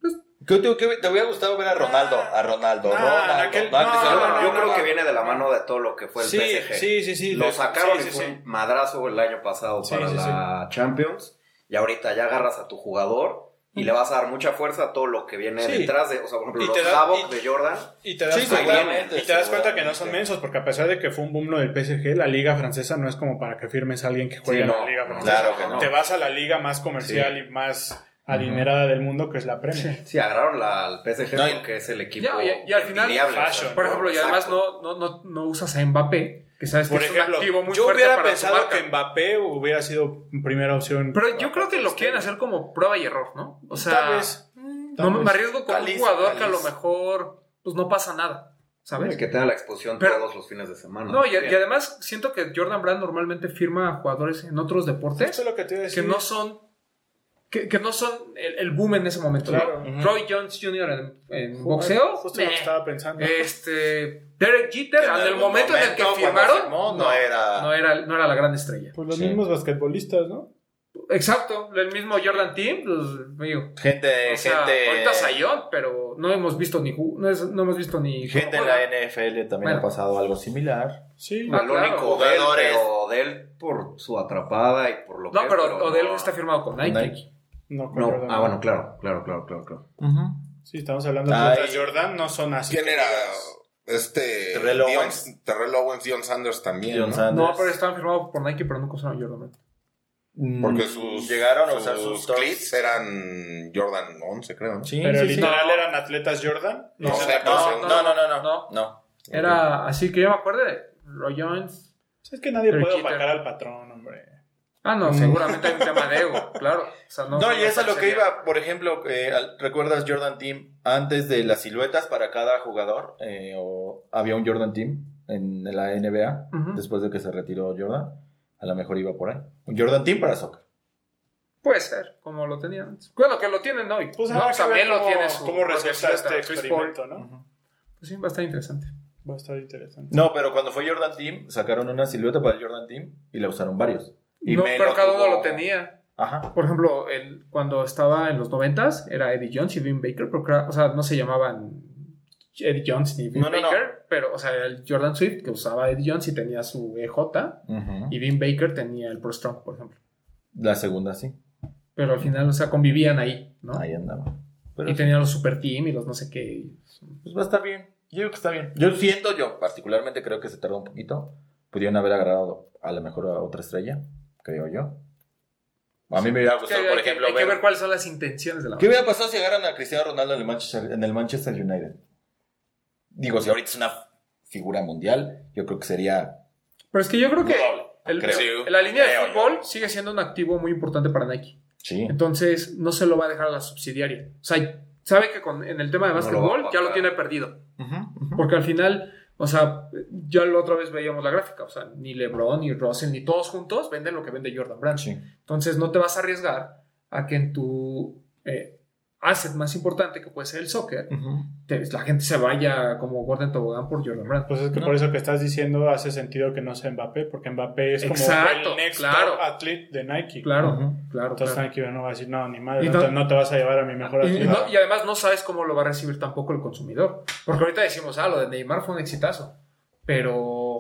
Pues, ¿Qué te, qué te hubiera gustado ver a Ronaldo? A Ronaldo.
No, en
Ronaldo.
aquel-
no, a
no,
Cristiano
no, no,
Ronaldo.
yo creo que viene de la mano de todo lo que fue el
Sí,
PSG.
sí, sí, sí.
Lo
de-
sacaron
sí, sí,
y fue
sí.
un madrazo el año pasado
Sí,
para
sí,
la Champions. Y ahorita ya agarras a tu jugador y le vas a dar mucha fuerza a todo lo que viene
Sí.
detrás de, o sea, por
Y
ejemplo,
te
los
da-
Havoc
y-
de Jordan.
Y te das,
Sí,
cuenta,
seguramente,
y te das cuenta que no son
seguramente.
mensos, porque a pesar de que fue un boom lo del PSG, la liga francesa no es como para que firmes a alguien que juegue
Sí,
en
no,
la liga
no,
francesa.
Claro que no.
Te vas a la liga más comercial y más adinerada del mundo, que es la Premier.
Sí, agarraron la, al PSG
No, y-
porque es el equipo.
Ya, y- y al final,
envidiable, o sea,
fashion.
Por ejemplo, y además
Exacto.
no, no, no, no usas a Mbappé, que sabes que
Por
es
ejemplo,
un activo muy
yo
fuerte
hubiera
para tu
pensado
marca.
que Mbappé hubiera sido primera opción.
Pero yo creo que lo quieren hacer como prueba y error, ¿no? O sea,
Tal vez.
no me- me arriesgo con
Caliz,
un jugador que a
caliz.
lo mejor pues no pasa nada, ¿sabes?
Que tenga la exposición
Pero-
todos los fines de semana.
No, y, y
Bien.
además siento que Jordan Brand normalmente firma a jugadores en otros
Eso
deportes
es lo que te iba a
que
decir.
no son que, que no son el, el boom en ese momento. ¿no?
Claro.
Ujú.
Roy Jones Jr. en, en
Justo-
boxeo. Eh,
Justo lo que
meh.
estaba pensando.
Este Derek Jeter,
En
en el
algún
momento, en el que
momento, cuando
firmaron,
firmó, no
no,
era-
no era no era la gran estrella.
Pues los
Sí.
mismos basquetbolistas, ¿no?
Exacto, el mismo Jordan Team, pues, digo,
Gente,
o sea,
Eh, gente.
ahorita Sayón, pero no hemos visto ni ju- no, es- no hemos visto ni
Gente en la NFL también
Bueno.
ha pasado algo similar.
Sí.
Ah,
el
claro.
único
Jugadores.
Odell, pero Odell por su atrapada y por lo
No,
que.
pero Odell
no.
está firmado con Nike.
Nike.
No, con
No,
Jordan.
ah, bueno, claro, claro, claro, claro, claro.
Sí, estamos hablando de
Ay.
otras Jordan, no son así.
¿Quién era? Este.
Terrell
Dion-
Owens.
Terrell Owens, Dion Sanders también.
John
¿no?
Sanders.
No, pero estaban firmados por Nike, pero nunca usaron Jordan. Brand.
Mm,
Porque sus.
Llegaron a usar sus tops.
clips eran Jordan 11, creo. ¿no?
Sí,
Pero
sí, sí.
literal eran atletas Jordan.
No,
O sea,
sé, pero
No,
según-
no, no, no, no,
No.
no.
Era así que yo me acuerde, Roy Jones.
Es que nadie
Pero
puede
quita.
opacar al patrón, hombre.
Ah, no, seguramente hay un tema de ego, claro. O sea, no,
Mm. No, y eso es lo que
sería.
iba, por ejemplo, eh, al- ¿recuerdas Jordan Team antes de las siluetas para cada jugador? Eh, o había un Jordan Team en la NBA
Ujú.
después de que se retiró Jordan. A lo mejor iba por ahí. Un Jordan Team para soccer.
Puede ser, como lo tenían antes. Bueno, que lo tienen hoy.
Pues
no,
habrá que ver
también lo
cómo-
tiene su.
cómo resulta
Chris
este
Paul.
experimento, ¿no?
Pues sí, va a estar interesante.
Va a estar interesante.
No, pero cuando fue Jordan Team, sacaron una silueta para el Jordan Team y la usaron varios. Y
no,
Melo
pero cada uno
tuvo-
lo tenía.
Ajá.
Por ejemplo, el, cuando estaba en los noventas, era Eddie Jones y Vin Baker, pero cra- o sea, no se llamaban Eddie Jones ni Vin
No, no, no.
Baker, pero, o sea, el Jordan Swift que usaba Eddie Jones y tenía su EJ,
Ujú.
y Vin Baker tenía el Pro Strong, por ejemplo.
La segunda sí.
Pero al final, o sea, convivían ahí, ¿no?
Ahí andaba. Pero
y tenían los super team y los no sé qué.
pues va a estar bien. Yo creo que está bien. Yo siento, yo particularmente creo que se tardó un poquito. Pudieron haber agarrado a lo mejor a otra estrella, creo yo. A mí me hubiera
Que
gustado,
hay,
por
que-
ejemplo,
hay que
ver-
ver cuáles son las intenciones de la
¿Qué hubiera pasado si agarran a Cristiano Ronaldo en el Manchester, en el Manchester United? Digo, si ahorita es una figura mundial, yo creo que sería...
Pero es que yo creo que
Probable,
el-
creo.
la línea de
Creo yo.
fútbol sigue siendo un activo muy importante para Nike.
Sí.
Entonces, no se lo va a dejar a la subsidiaria. O sea, sabe que con- en el tema de
No lo va a
básquetbol ya lo
pagar.
tiene perdido. Porque al final, o sea, ya la otra vez veíamos la gráfica, o sea, ni LeBron, ni Russell, ni todos juntos venden lo que vende Jordan Brand.
Sí.
Entonces no te vas a arriesgar a que en tu eh, asset más importante, que puede ser el soccer, te- la gente se vaya como Gordon Tobogán por Jordan Brand.
Pues es que
No.
por eso que estás diciendo hace sentido que no sea Mbappé, porque Mbappé es como
Exacto,
el next
claro.
top athlete de Nike.
Claro, claro,
Entonces
claro.
Nike no va a decir, no, ni madre,
Y
no,
no-
te, no te vas a llevar a mi mejor
Y,
atleta.
y no- y además no sabes cómo lo va a recibir tampoco el consumidor. Porque ahorita decimos, ah, lo de Neymar fue un exitazo. Pero,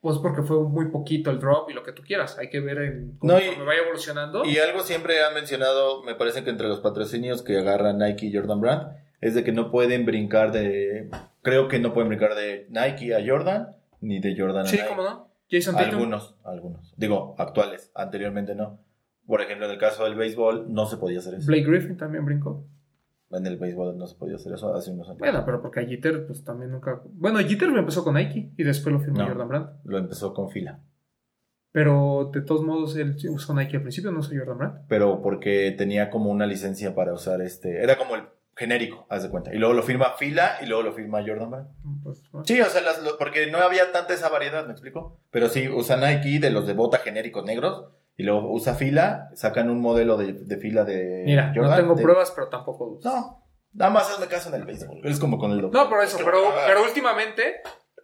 pues porque fue muy poquito el drop y lo que tú quieras. Hay que ver en cómo
No, y-
me vaya evolucionando.
Y algo siempre han mencionado, me parece que entre los patrocinios que agarran Nike y Jordan Brand, es de que no pueden brincar de. Creo que no pueden brincar de Nike a Jordan, ni de Jordan a
sí,
Nike.
cómo no. Jason Tatum.
Algunos, algunos. Digo, actuales. Anteriormente no. Por ejemplo, en el caso del béisbol, no se podía hacer eso.
Blake Griffin también brincó.
En el béisbol no se podía hacer eso hace unos años.
Bueno, pero porque a Jeter, pues también nunca. Bueno, Jeter lo empezó con Nike y después lo firmó
No.
Jordan Brand.
Lo empezó con fila.
Pero de todos modos, él sí usó Nike al principio, no usó Jordan Brand.
Pero porque tenía como una licencia para usar este. Era como el genérico, haz de cuenta. Y luego lo firma fila y luego lo firma Jordan Brand.
Pues, ¿no?
Sí, o sea, las- lo- porque no había tanta esa variedad, ¿me explico? Pero sí, usan Nike de los de bota genéricos negros y luego usa fila, sacan un modelo de, de fila de.
Mira, no
Jordan,
tengo
de-
pruebas, pero tampoco dudas.
No, nada más hazme caso en el béisbol. Es como con el doctor.
No, por eso, pero, pero últimamente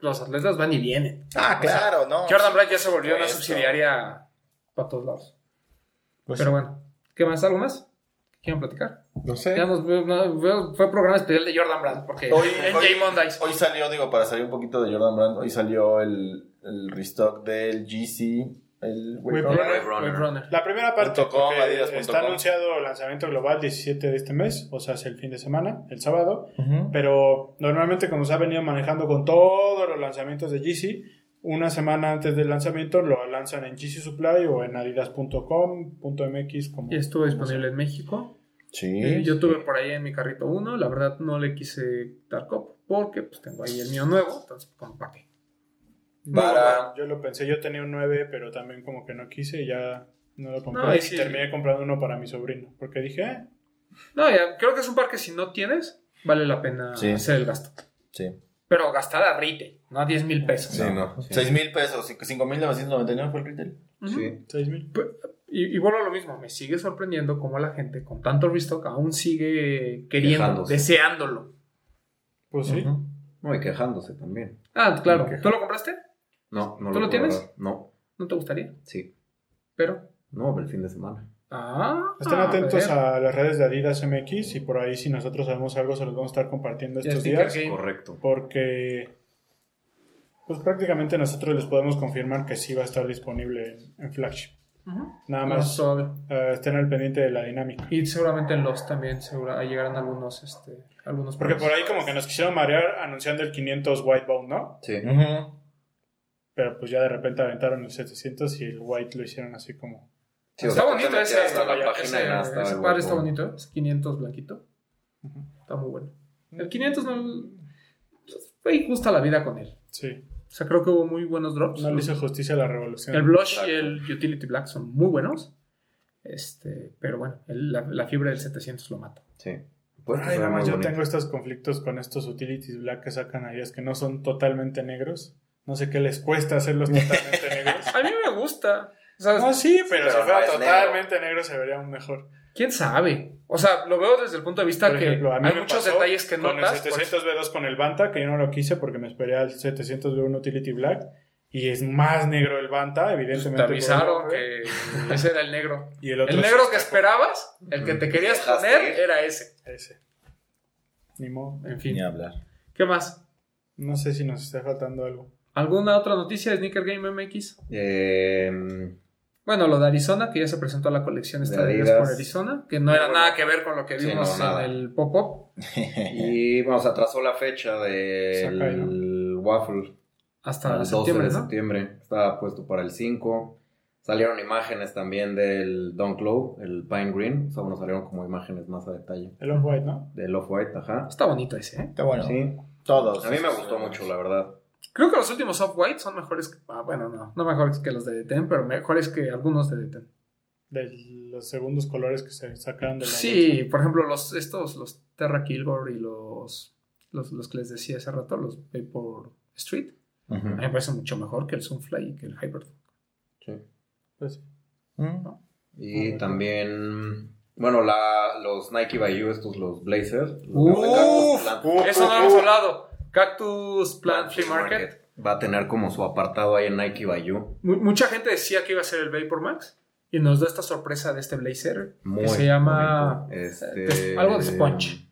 los atletas van y vienen.
Ah, claro, no.
Jordan Brand ya se volvió una
Esto.
subsidiaria para todos lados.
Pues
pero bueno, ¿qué más? ¿Algo más? ¿Quieren platicar?
No sé.
Ya nos veo- no, veo- fue programa especial de Jordan Brand, porque
Hoy-
en
hoy-
J Mondays.
Hoy salió, digo, para salir un poquito de Jordan Brand, hoy salió el, el restock del GC, el
Wave Runner.
Wave
Wave Runner.
Wave Runner.
La primera parte
Punto com,
porque
adidas punto
está
com.
anunciado el lanzamiento global 17 de este mes, o sea, es el fin de semana, el sábado.
Ujú.
Pero normalmente, como se ha venido manejando con todos los lanzamientos de Yeezy, una semana antes del lanzamiento lo lanzan en Yeezy Supply o en adidas.com.mx. Como,
Y estuvo disponible en México. Eh, yo tuve por ahí en mi carrito uno. La verdad no le quise dar cop porque pues tengo ahí el mío nuevo. Entonces, como para qué.
Para- Yo lo pensé, yo tenía un 9, pero también como que no quise y ya no lo compré.
No, y
y
sí.
terminé comprando uno para mi sobrino, porque dije, eh,
No, ya, creo que es un par que si no tienes, vale la pena
Sí.
hacer el gasto.
Sí.
Pero gastar a retail, no a 10 mil pesos.
Sí, no.
Seis mil pesos, cinco- 5.999 fue el retail.
Ujú.
Sí.
6 mil.
Y, y vuelvo a lo mismo, me sigue sorprendiendo cómo la gente con tanto restock aún sigue queriendo,
Quejándose.
deseándolo.
Pues sí.
Ujú.
No, y quejándose también.
Ah, claro.
Me quejo.
¿Tú lo compraste?
No, no
¿Tú lo
puedo
tienes?
ver. No,
¿No te gustaría?
sí.
Pero...
No, el fin de semana.
Ah,
Estén
a
atentos
ver.
a las redes de Adidas MX y por ahí si nosotros sabemos algo se los vamos a estar compartiendo
Ya
estos
Sticker
días.
Game.
Correcto.
porque pues prácticamente nosotros les podemos confirmar que sí va a estar disponible en, en flagship.
Ujú.
Nada
Más
más
suave.
eh, estén al pendiente de la dinámica.
Y seguramente en los también segura, llegarán algunos, este, algunos.
Porque
pros.
por ahí como que nos quisieron marear anunciando el 500 white bone, ¿no?
Sí.
Pero pues ya de repente aventaron el 700 y el white lo hicieron así como...
Sí, o
está
sea,
bonito
totalmente
ese.
Hasta la página
ese,
ya está
ese
el
par está
huevo.
bonito, ¿eh? es 500 blanquito. Está muy bueno. El 500 no. Fue injusta la vida con él.
Sí,
O sea, creo que hubo muy buenos drops.
no le hizo justicia a la
el
revolución.
blush y el utility black son muy buenos. Este, pero bueno, el- la, la fibra del 700 lo mata.
Sí. Pues,
Ay,
está
nada
muy
más yo
bonito.
tengo estos conflictos con estos utilities black que sacan ahí, es que no son totalmente negros. No sé qué les cuesta hacerlos
[LAUGHS]
totalmente negros.
A mí me gusta. O sea,
No, sí, pero,
Pero
si fuera
no es
totalmente negro. se vería aún mejor.
quién sabe. O sea, lo veo desde el punto de vista
Por
que
ejemplo, a mí
hay
me
muchos
pasó
detalles que
Con
notas. pues,
el
por eso.
700 B2 con el Banta, que yo no lo quise porque me esperé al 700 B1 Utility Black. Y es más negro el Banta, evidentemente.
Pues Te
por el
avisaron
nombre.
que ese era el negro.
Y el [LAUGHS] otro
El
es
negro que esperabas, el que te querías
Dejaste
poner,
ir.
era ese.
ese. Ni modo.
En
Ni
fin.
hablar. [LAUGHS]
¿Qué más?
No sé si nos está faltando algo.
¿Alguna otra noticia de Sneaker Game MX?
Eh,
Bueno, lo de Arizona, que ya se presentó la colección esta
De
de Adidas
Adidas.
por Arizona, que no era
Bueno.
nada que ver con lo que
Sí,
vimos
no, nada.
en el pop-up
y vamos, atrasó la fecha del
Sakai,
waffle.
hasta
Para el 12
septiembre,
de
¿no?
septiembre. Estaba puesto para el 5. Salieron imágenes también del Don Glow, el Pine Green. O sea, bueno, salieron como imágenes más a detalle.
El Off-White, ¿no?
Del Off-White, ajá.
Está bonito ese, ¿eh?
Está bueno.
Sí.
Todos.
pues,
A mí me
este,
gustó mucho, la verdad.
Creo que los últimos Off-White son mejores que... Ah, bueno, no. No mejores que los de Deten, pero mejores que algunos de Deten.
de los segundos colores que se sacaron de la
Sí, por ejemplo, los, estos, los Terra Kilgore y los, los, los que les decía hace rato, los Vapor Street, a mí me parece mucho mejor que el Sunfly y que el Hybrid.
Pues,
Y también, bueno, la, los Nike by You, estos, los Blazers. los
Uf,
de Cactus Plant,
Eso no hemos hablado. Cactus Plant Free Market.
Va a tener como su apartado ahí en Nike by You.
Mu- mucha gente decía que iba a ser el Vapor Max y nos da esta sorpresa de este blazer
Muy
que se llama
bonito. Este,
des- algo de Sponge.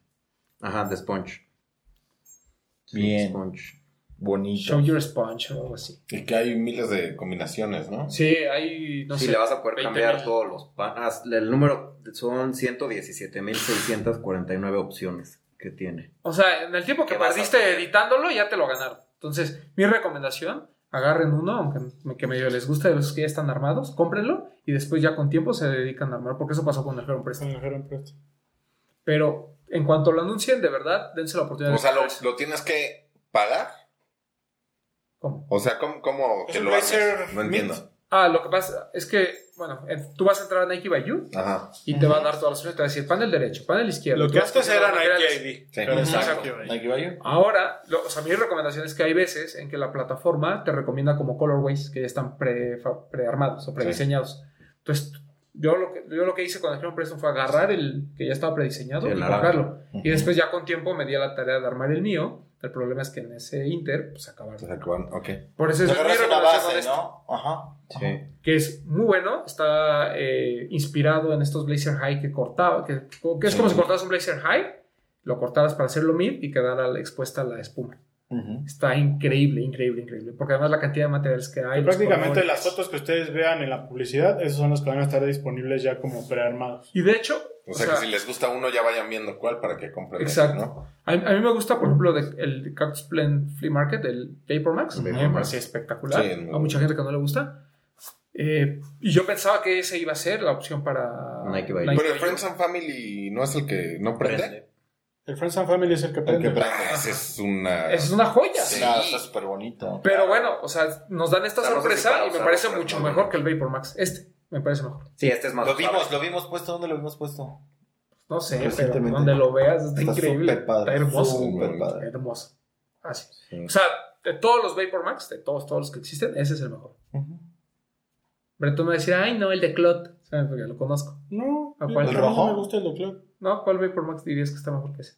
Ajá, de Sponge.
Bien.
Sponge.
Bonito.
Show Your Sponge o algo así.
Y que hay miles de combinaciones, ¿no?
Sí, hay, no
sí,
sé.
le vas a poder
20,000.
cambiar todos los panas. El número son 117.649 opciones que tiene.
O sea, en el tiempo que
¿Qué vas a
perdiste
hacer?
editándolo, ya te lo ganaron. Entonces, mi recomendación, agarren uno, aunque me- que medio les gusta de los que ya están armados, cómprenlo y después ya con tiempo se dedican a armar, porque eso pasó con el Heron Press.
con el Heron Press.
Pero en cuanto lo anuncien, de verdad, dense la oportunidad.
O
de
sea, lo,
comprarse.
lo tienes que pagar.
¿Cómo?
O sea, ¿cómo, cómo
Es
que
un
lo haces?
Razer
No entiendo.
Ah, lo que pasa es que, bueno, en- tú vas a entrar a Nike by You
Ajá.
y te va a dar todas las opciones. Te va a decir panel derecho, panel izquierdo.
Lo
Tú
que
vas
antes era
cambiando los
Nike
materiales.
ID.
Sí.
Pero es
Exacto.
Nike ID.
Nike Bayo.
Ahora, lo- o sea, mi recomendación es que hay veces en que la plataforma te recomienda como colorways que ya están prefa- prearmados o prediseñados. Entonces, yo lo, que, yo lo que hice con el Clone Preston fue agarrar el que ya estaba prediseñado
El
y
naranja.
colgarlo. Y después ya con tiempo me di a la tarea de armar el mío. El problema es que en ese Inter, pues acabaron.
Entonces, acabaron. Ok.
Por eso es mi
Agarras una
recomendación con
base,
este
¿no? Ajá.
Sí.
que es muy bueno, está eh, inspirado en estos blazer high que cortaba, que, que es como si cortaras un blazer high, lo cortaras para hacerlo mid y quedara la- expuesta la espuma.
Ujú.
Está increíble, increíble, increíble, porque además la cantidad de materiales que hay.
Que
los
prácticamente
colores.
las fotos que ustedes vean en la publicidad, esos son los que van a estar disponibles ya como prearmados.
Y de hecho,
O
o
sea,
sea,
que si les gusta uno, ya vayan viendo cuál para que compren. ese,
Exacto.
¿no?
a, a mí me gusta, por ejemplo, de- el Cactus Plant Flea Market, el Vapor Max,
Vapor
me
Max.
parece espectacular,
Sí, muy
a mucha gente que no le gusta. Eh, y yo pensaba que ese iba a ser la opción para
Nike by
Pero el
by You.
Friends and Family no es el que no prende.
Prende.
El Friends and Family es el que
El
prende.
que prende. Ese es una.
Esa es una joya.
Sí.
Nada, está súper bonito.
Pero bueno, o sea, nos dan esta
O sea, no sé si
sorpresa
para
y me
usar,
parece
pero
mucho
no,
mejor
no.
que el Vapor Max. Este me parece mejor.
Sí, este es más
Lo vimos,
usable.
lo vimos puesto. ¿Dónde lo vimos puesto?
No sé, pero
Recientemente.
donde lo veas está,
Está
increíble.
súper padre,
Está hermoso.
súper
Está
padre.
hermoso. Así.
Sí.
O sea, de todos los Vapor Max, de todos, todos los que existen, ese es el mejor.
Ujú.
Breton me va a decir, ay, no, el de Clot. ¿Sabes? Porque lo conozco.
No,
¿A
a mí
cuál?
¿El rojo?
no me gusta el de Clark.
¿No? ¿Cuál Vapor Max dirías que está mejor que ese?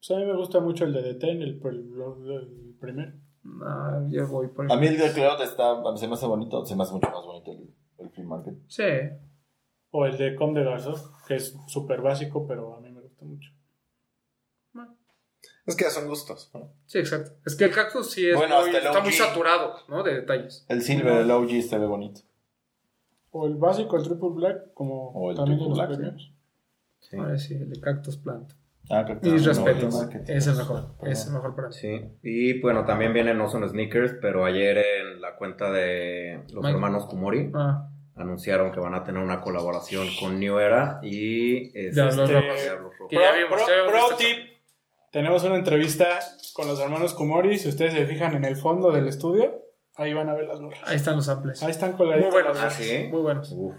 Pues a mí me gusta mucho el de Detain, el, el- el primero.
No, yo voy por
A mí el de Cloud está, a mí se me hace bonito, se me hace mucho más bonito el, el free market.
Sí.
O el de Com de Garzón, que es súper básico, pero a mí me gusta mucho.
Es que ya son gustos. ¿no?
Sí, exacto. Es que el cactus sí es
Bueno,
muy-
hasta el
está muy
OG.
saturado, ¿no? De detalles.
El silver, el OG, se ve bonito.
O el básico, el Triple Black, como
O el
también
Triple
de los
Black,
premios.
Sí.
Ahora sí, el de cactus plant.
Ah, creo que
Mis
no,
respetos.
no, market.
es el mejor.
Perdón.
Es el mejor para mí.
Sí, y bueno, también vienen no son sneakers, pero ayer en la cuenta de los
Mike.
hermanos Kumori
Ah,
anunciaron que van a tener una colaboración con New Era y este,
Diablos
Rojos.
Diablos Rojos.
Que ya vimos, ya vimos
pro
esto.
tip. Tenemos una entrevista con los hermanos Kumori. Si ustedes se fijan en el fondo del estudio, ahí van a ver las gorras.
ahí están los samples.
Ahí están con la
Muy buenos.
Ah, sí.
Muy buenos.
Uf.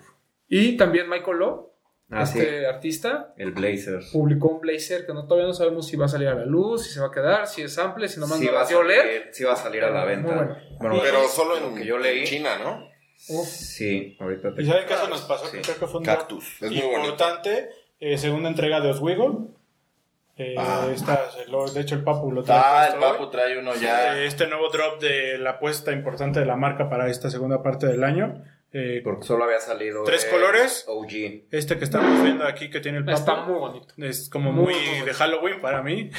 Y también Michael Lowe,
Ah, sí,
este artista,
el blazer.
publicó un blazer que no, todavía no sabemos si va a salir a la luz, si se va a quedar, si es sample, si nomás
Sí
nos
va, a
las dio a oler.
salir, sí va a salir a la
Muy
venta.
bueno.
Bueno,
Pero solo en
lo que yo leí.
China, ¿no?
Sí, ahorita te
¿Y saben qué eso nos pasó?
Sí.
Que Creo que fue un
Cactus.
dato
Es muy
importante. Eh, segunda entrega de Oswego. Eh,
Ah.
esta se lo- de hecho, el Papu lo trae.
Ah, el
puesto hoy.
papu trae uno ya.
Eh, Este nuevo drop de la apuesta importante de la marca para esta segunda parte del año. Eh,
Porque solo había salido.
¿Tres
el
colores?
OG.
este que estamos viendo aquí que tiene el Papu.
Está muy bonito.
es como
muy,
muy,
muy bonito.
de Halloween para mí.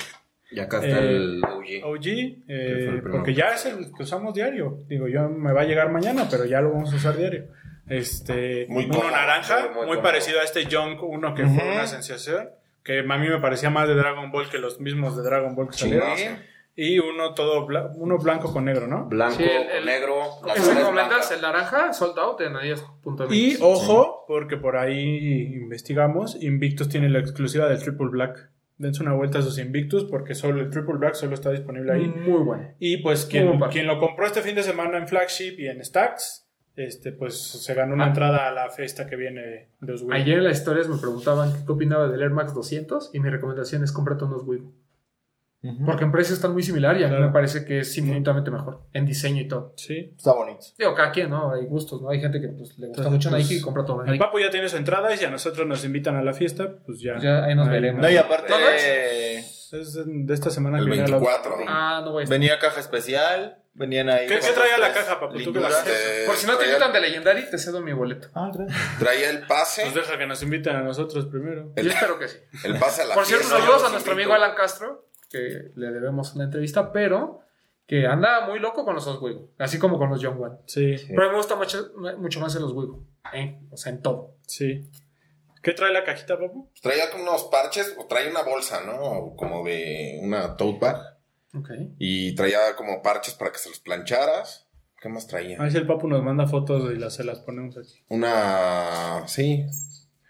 Y acá está
Eh,
el OG.
OG, eh,
el primero.
porque ya es el que usamos diario. Digo, yo me va a llegar mañana, pero ya lo vamos a usar diario. Este,
Muy
uno
cómodo,
naranja,
muy, muy
muy,
cómodo.
parecido a este Junk uno que fue una sensación, que a mí me parecía más de Dragon Ball que los mismos de Dragon Ball que salieron. Y uno todo bla- uno blanco con negro, ¿no?
Blanco,
Sí, el- el-
con negro. las
Ese que
flores
comentas,
blancas.
el naranja, sold out en adidas.mx.
Y oh, ojo, porque por ahí investigamos, Invictus tiene la exclusiva del Triple Black. Dense una vuelta a sus Invictus porque solo el Triple Black solo está disponible ahí.
muy bueno.
Y pues
Muy
quien,
buen par.
quien lo compró este fin de semana en Flagship y en Stacks, este, pues se ganó una
Ah.
entrada a la fiesta que viene de Oswego.
Ayer en las historias me preguntaban qué opinaba del Air Max 200 y mi recomendación es cómprate unos Wigo. Porque en precio están muy similares y a mí
Claro.
me parece que es infinitamente mejor en diseño y todo.
Sí.
Está bonito.
Digo, cada quien, ¿no? Hay gustos, ¿no? Hay gente que pues, le gusta
Entonces,
mucho
pues,
Nike y compra todo
El
Nike.
Papo ya tiene su entrada y si a nosotros nos invitan a la fiesta, pues ya.
Ya ahí nos veremos.
No, y aparte
¿Todo es?
eh,
Es de esta semana
El
que viene la-
24.
Ah, no voy a estar.
venía caja especial, venían ahí.
¿Qué, qué traía la caja, Papo? ¿Tú que la-
Linduras.
Este,
Por si no te
traía-
invitan de Legendary, te cedo mi boleto.
Traía el pase.
Pues deja que nos inviten a nosotros primero.
Yo espero que sí.
El pase a la
Por cierto,
fiesta,
saludos
los
a nuestro
invito.
amigo Alan Castro, que le debemos una entrevista, pero que anda muy loco con los Oswego, así como con los John Wan.
Sí,
Pero a mí me gusta mucho, mucho más en los Oswego, ¿eh? o sea, en todo.
sí. ¿Qué trae la cajita, Papo?
Traía como unos parches, o traía una bolsa, ¿no? Como de una tote bag.
Ok.
Y traía como parches para que se los plancharas. ¿Qué más traía?
A ver si el Papo nos manda fotos y las, se las ponemos aquí.
Una. Sí.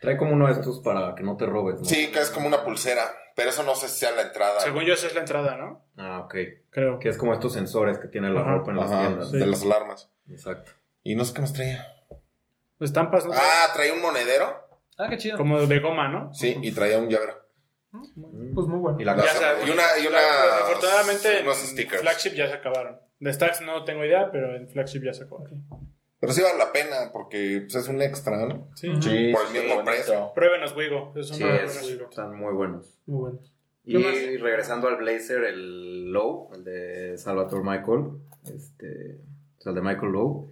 Trae como uno de estos para que no te robes, ¿no?
Sí, que es como una pulsera. Pero eso no sé si sea la entrada.
Según yo, esa es la entrada, ¿no?
Ah, ok.
Creo.
Que es como estos sensores que tiene la
Ajá.
ropa en las
Ajá,
tiendas.
de las alarmas.
Exacto.
Y no sé qué más traía.
Estampas, ¿no?
Ah, traía un monedero.
Ah, qué chido.
Como de goma, ¿no?
Sí, y traía un llavero.
Pues muy bueno.
Y la
Las-
caja.
sabes.
y una. Y una
Pues, afortunadamente,
unos
en
stickers.
Flagship ya se acabaron. De Stacks no tengo idea, pero en Flagship ya se acabaron.
Pero sí vale la pena porque pues, es un extra, ¿no?
Sí.
Sí,
Por el
sí,
mismo
bonito.
precio.
Pruébenos, Wigo. Es
Sí,
una de
es-
las
Eh,
Wigo.
están muy buenos.
Muy bueno.
Y
¿Qué más?
regresando al Blazer, el Low, el de Salvatore Michael, este, o sea, el de Michael Low,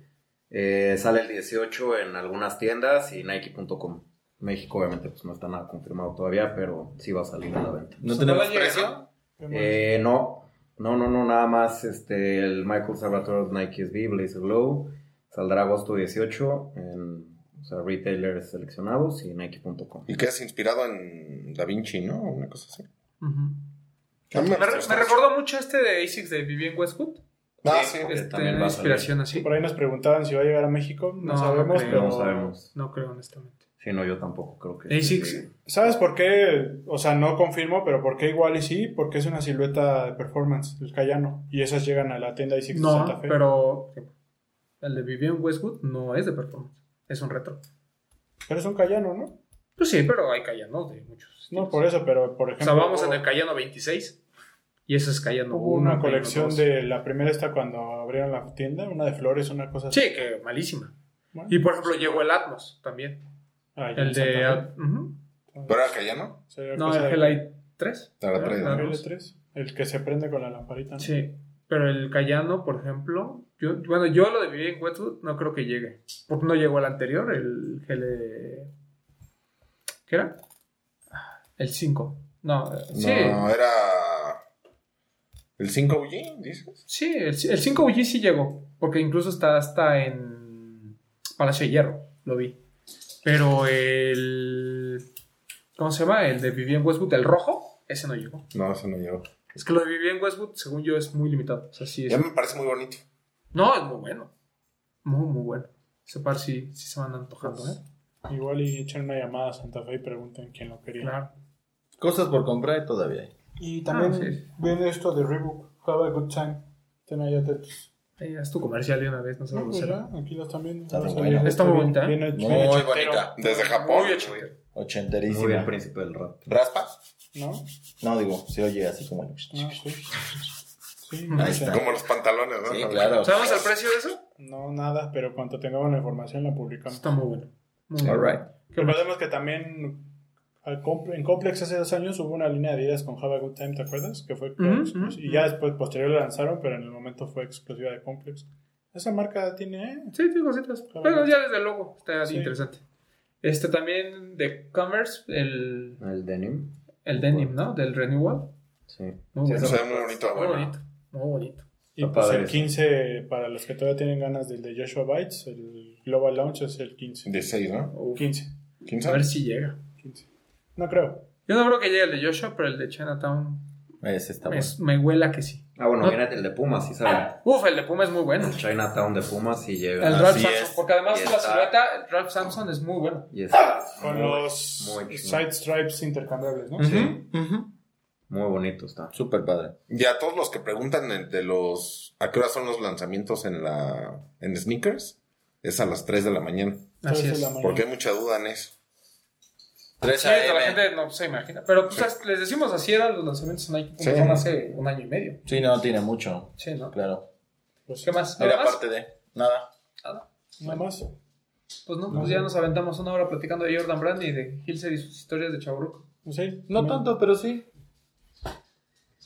eh, sale el 18 en algunas tiendas y Nike.com. México, obviamente, pues no está nada confirmado todavía, pero sí va a salir a la venta.
¿No tenemos
llega,
precio?
¿Qué más?
Eh, no, no, no, no, nada más este, el Michael Salvatore Nike SB Blazer Low saldrá agosto 18 en o sea, retailers seleccionados y Nike.com.
Y que es inspirado en Da Vinci, ¿no? Una cosa así.
Ujú.
A mí
Me, re-
gusta
me recordó mucho este de ASICS de Vivian Westwood.
Ah, sí.
Porque
Este,
también va a salir.
inspiración así.
Por ahí nos preguntaban si va a llegar a México. No,
No,
sabemos,
no creo,
pero.
no sabemos.
No creo, honestamente.
Sí, no, yo tampoco creo que.
ASICS.
¿Sabes por qué? O sea, no confirmo, pero ¿por qué igual y sí? Porque es una silueta de performance, el Cayano. Y esas llegan a la tienda de 60
No,
Santa Fe.
pero el de Vivian Westwood no es de performance. Es un retro.
Pero es un Cayano, ¿no?
Pues sí, pero hay Callanos de muchos.
No,
estilos.
por eso, pero por
O
ejemplo.
sea, vamos en el Cayano 26 y eso es Cayano
Hubo una
1, Cayano
colección
2.
de la primera esta cuando abrieron la tienda, una de flores, una cosa así.
Sí, que malísima.
Bueno.
Y por ejemplo, llegó el Atmos también.
Ahí en
El de.
Santa
ah, ujú.
Fe.
¿Pero era que ya no?
Sería
No,
cosa
el
de-
Hellite 3.
Era
¿verdad?
tres, ¿no?
Nada
Gabriel
más.
tres, el que se prende con la lamparita. ¿no?
Sí, pero el Cayano, por ejemplo. Yo, bueno, yo lo de Vivir en Westwood no creo que llegue. Porque no llegó el anterior, el GL. ¿Qué era? El 5. No, eh, sí.
No, era. ¿El 5G, dices?
Sí, el, el 5G sí llegó, porque incluso está hasta en Palacio de Hierro, lo vi. Pero el... ¿Cómo se llama? El de Vivian Westwood, el rojo, ese no llegó.
No, eso no llegó.
Es que lo de Vivian Westwood, según yo, es muy limitado. O sea, sí es...
Ya me parece muy bonito.
No, es muy bueno. Muy, muy bueno. Ese par sí, sí se van antojando, ¿eh?
Igual y echen una llamada a Santa Fe y pregunten quién lo quería.
Claro.
Cosas por comprar y todavía hay.
Y
también
también
sí.
viene esto de Reebok, Have a Good Time. Ten allá tetos.
Ahí haz tu comercial de una vez, no sé
No,
dónde
pues
será.
ya, aquí los también.
Está
Va a
muy
salir
buena.
justo
Está muy
bien-
bonita, ¿eh?
bien hecho-
Muy
bien hecho
bonita.
Desde Japón.
Muy ochentero.
Muy bien,
Ochenterísima.
príncipe del rap.
¿Raspa?
¿No?
No, digo, se oye así como... el-
Ah, sí. Sí,
Ahí
no sé.
está.
Como los pantalones, ¿no?
Sí, claro.
¿Sabemos el precio de eso?
No, nada, pero cuando tengamos la información la publicamos.
Está muy bueno. Muy bueno.
All right.
Recordemos que también al Comple- en Complex hace dos años hubo una línea de ideas con Have a Good Time, ¿te acuerdas? Que fue
Ujú,
exclusiva.
ujú.
y ya después posterior la lanzaron, pero en el momento fue exclusiva de Complex. Esa marca tiene, eh,
Sí, tiene cositas.
Claro.
Bueno, ya desde luego está
Sí.
interesante. Este también de Commerce, el,
El denim.
el denim, ¿no? Del Renewal.
Sí.
Muy
Sí,
bueno.
Se ve muy bonito,
Muy
bueno.
bonito. Muy bonito.
Y
Está
pues
padre
el
eso.
15, para los que todavía tienen ganas del de Joshua Bites, el Global Launch es el 15.
16, ¿no?
Uf,
15,
a
15.
ver si llega.
15. No creo.
Yo no creo que llegue el de Joshua, pero el de Chinatown
Ese está
me,
bueno.
me huela que sí.
Ah, bueno,
Pues, No.
viene el de Pumas, sí saben.
Uf, el de Puma es muy bueno.
Chinatown de Pumas y llega.
El Ralph
Así
Sampson,
es.
porque además
Y
la
está-
silueta, el Ralph Sampson es muy bueno.
Y es
Con
muy,
los
muy chulo.
side stripes intercambiables, ¿no?
Ujú, ujú.
muy bonito está.
Súper padre.
Y a todos los que preguntan de- de los. ¿A qué hora son los lanzamientos en la. en sneakers? es a las 3 de la mañana.
Así
Tres de
es.
la mañana.
Porque hay mucha duda en eso.
Sí, la gente no se imagina. Pero pues, as- les decimos, así eran los lanzamientos en Nike.
Sí.
Son hace un año y medio.
Sí, no, tiene mucho.
Sí, ¿no?
Claro.
¿Qué más? ¿Nada
Era
más?
parte de. Nada.
Nada.
Nada más.
Pues no, pues ya nos aventamos una hora platicando de Jordan Brand y de Hilser y sus historias de Chaburruco.
Sí,
No tanto, pero sí.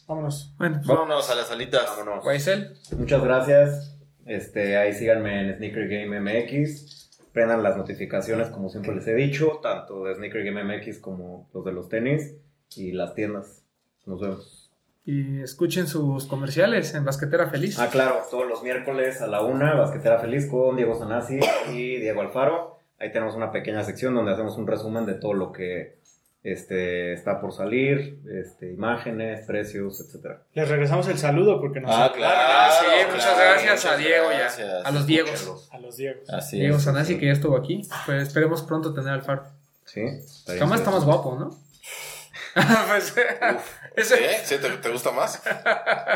Vámonos.
Bueno, pues,
Vámonos a las alitas.
Vámonos.
Guaisel,
Muchas gracias. Este, ahí síganme en Sneaker Game MX. Prendan las notificaciones, como siempre les he dicho, tanto de Sneaker Game MX como los de los tenis y las tiendas. Nos vemos.
y escuchen sus comerciales en Basquetera Feliz.
Ah, claro, todos los miércoles a la una, Basquetera Feliz con Diego Sanasi y Diego Alfaro. Ahí tenemos una pequeña sección donde hacemos un resumen de todo lo que este, está por salir, este, imágenes, precios, etcétera.
Les regresamos el saludo porque nos
Ah, claro.
Ah, sí, muchas
claro,
gracias a
muchas
Diego
gracias.
ya. A los Diegos.
a los Diegos.
Así
Diego
es.
Sanasi, que ya estuvo aquí. Pues esperemos pronto tener al Faro.
Sí. Está bien.
Jamás está más guapo, ¿no? [LAUGHS] pues, ese-
¿Eh? ¿Sí? ¿Te, te gusta más?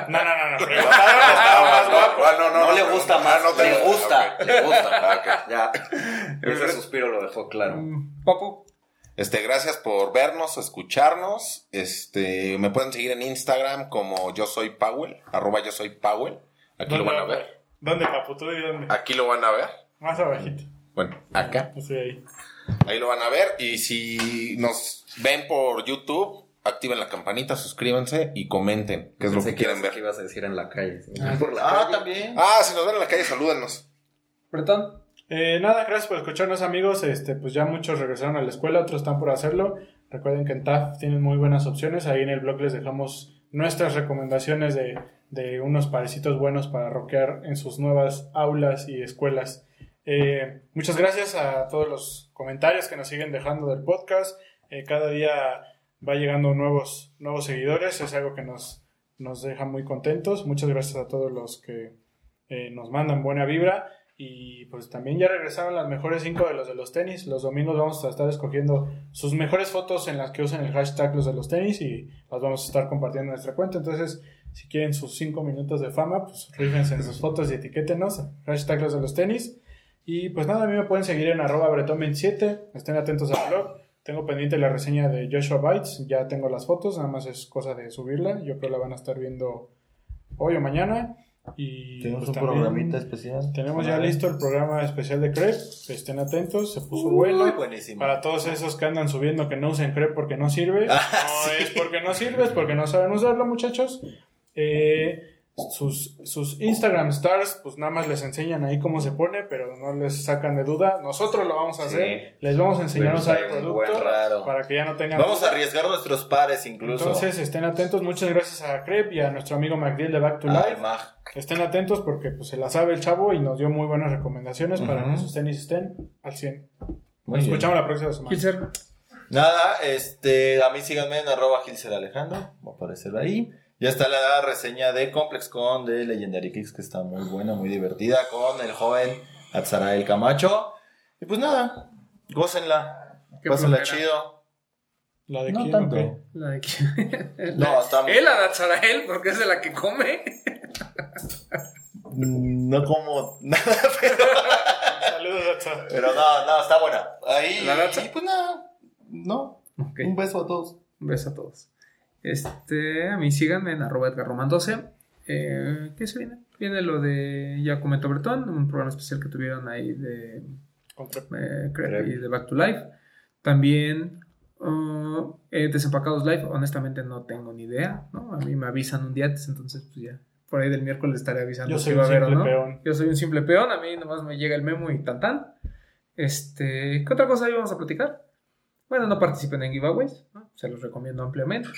No, no, no, no. [LAUGHS] pero-
Ah, no, no,
No
no,
le
no,
gusta
no,
más,
no te
le gusta,
ok.
le gusta.
Ah, ok.
Ya, [LAUGHS] ese suspiro lo dejó claro.
Mm, Papu,
Este, gracias por vernos, escucharnos. Este, me pueden seguir en Instagram como yo soy Powell, arroba yo soy Powell. Aquí lo van a ver.
¿Dónde, Capu? Tú di dónde.
Aquí lo van a ver.
Más abajito.
Bueno, acá.
Estoy ahí.
Ahí lo van a ver. Y si nos ven por YouTube, activen la campanita, suscríbanse y comenten qué es lo
Pensé
que quieren
ibas- que
ver.
ibas a decir en la calle. sí.
Ah, también.
Ah, si nos ven en la calle, salúdenos.
Bretón,
Eh, nada, gracias por escucharnos amigos. Este, pues ya muchos regresaron a la escuela, otros están por hacerlo. Recuerden que en TAF tienen muy buenas opciones. Ahí en el blog les dejamos nuestras recomendaciones de, de unos parecitos buenos para rockear en sus nuevas aulas y escuelas. Eh, muchas gracias a todos los comentarios que nos siguen dejando del podcast. Eh, cada día va llegando nuevos, nuevos seguidores. Es algo que nos, nos deja muy contentos. Muchas gracias a todos los que eh, nos mandan buena vibra. Y pues también ya regresaron las mejores 5 de los de los tenis. Los domingos vamos a estar escogiendo sus mejores fotos en las que usen el hashtag los de los tenis y las vamos a estar compartiendo en nuestra cuenta. Entonces, si quieren sus 5 minutos de fama, pues ríjense en sus fotos y etiquétenos. Hashtag los de los tenis. Y pues nada, a mí me pueden seguir en arroba bretón27. Estén atentos al blog. Tengo pendiente la reseña de Joshua Bites. Ya tengo las fotos, nada más es cosa de subirla. Yo creo la van a estar viendo hoy o mañana. Y
Tenemos
pues,
un
también-
programita especial.
tenemos ya listo el programa especial de crepe. Estén atentos, se puso bueno.
buenísimo.
Para todos esos que andan subiendo que no usen crepe porque no sirve.
Ah,
no
[LAUGHS]
es porque no sirve, es porque no saben usarlo, muchachos. Eh, sus, sus Instagram stars, pues nada más les enseñan ahí cómo se pone, pero no les sacan de duda. Nosotros lo vamos a
Sí.
hacer. Les vamos a enseñar a
Vamos
usar
a
el
ir un buen
producto
rato.
para que ya no tengan
Vamos
duda.
a arriesgar nuestros pares incluso.
Entonces estén atentos. Muchas gracias a crepe y a nuestro amigo MacDill de Back to Life.
Al Mag.
Estén atentos porque pues, se la sabe el chavo y nos dio muy buenas recomendaciones para que sus tenis estén al 100.
Muy
nos
bien.
escuchamos la próxima semana.
Hilser,
Nada, este, a mí síganme en arroba Gilser Alejandro, va a aparecer ahí. Ya está la reseña de ComplexCon de Legendary Kicks, que está muy buena, muy divertida, con el joven Atzarael Camacho. Y pues nada, gócenla,
Qué
pásenla
flojera.
chido.
La de
No
quién,
tanto.
¿o
la de que- [LAUGHS]
No, está
Él a Dazarael, porque es de la que come.
Mm, No como nada, [LAUGHS]
qué? Saludos a todos.
pero no, no, está buena. Ahí,
¿La danza?
y pues nada, no, un beso a todos.
Un beso a todos. Este, a mí síganme en arroba edgarroman12. Eh, ¿Qué se viene? Viene lo de Ya comentó Bretón, un programa especial que tuvieron ahí de
Contra-
eh, Crep
Crep.
y de Back to Life. También uh, eh, Desempacados Live, honestamente no tengo ni idea, ¿no? A mí me avisan un día antes, entonces pues ya. Por ahí del miércoles estaré avisando
Yo
si
soy
va a
un
haber o
simple
no.
peón.
Yo soy un simple peón, a mí nomás me llega el memo y tan tan. Este, ¿qué otra cosa íbamos a platicar? Bueno, no participen en giveaways, ¿no? Se los recomiendo ampliamente,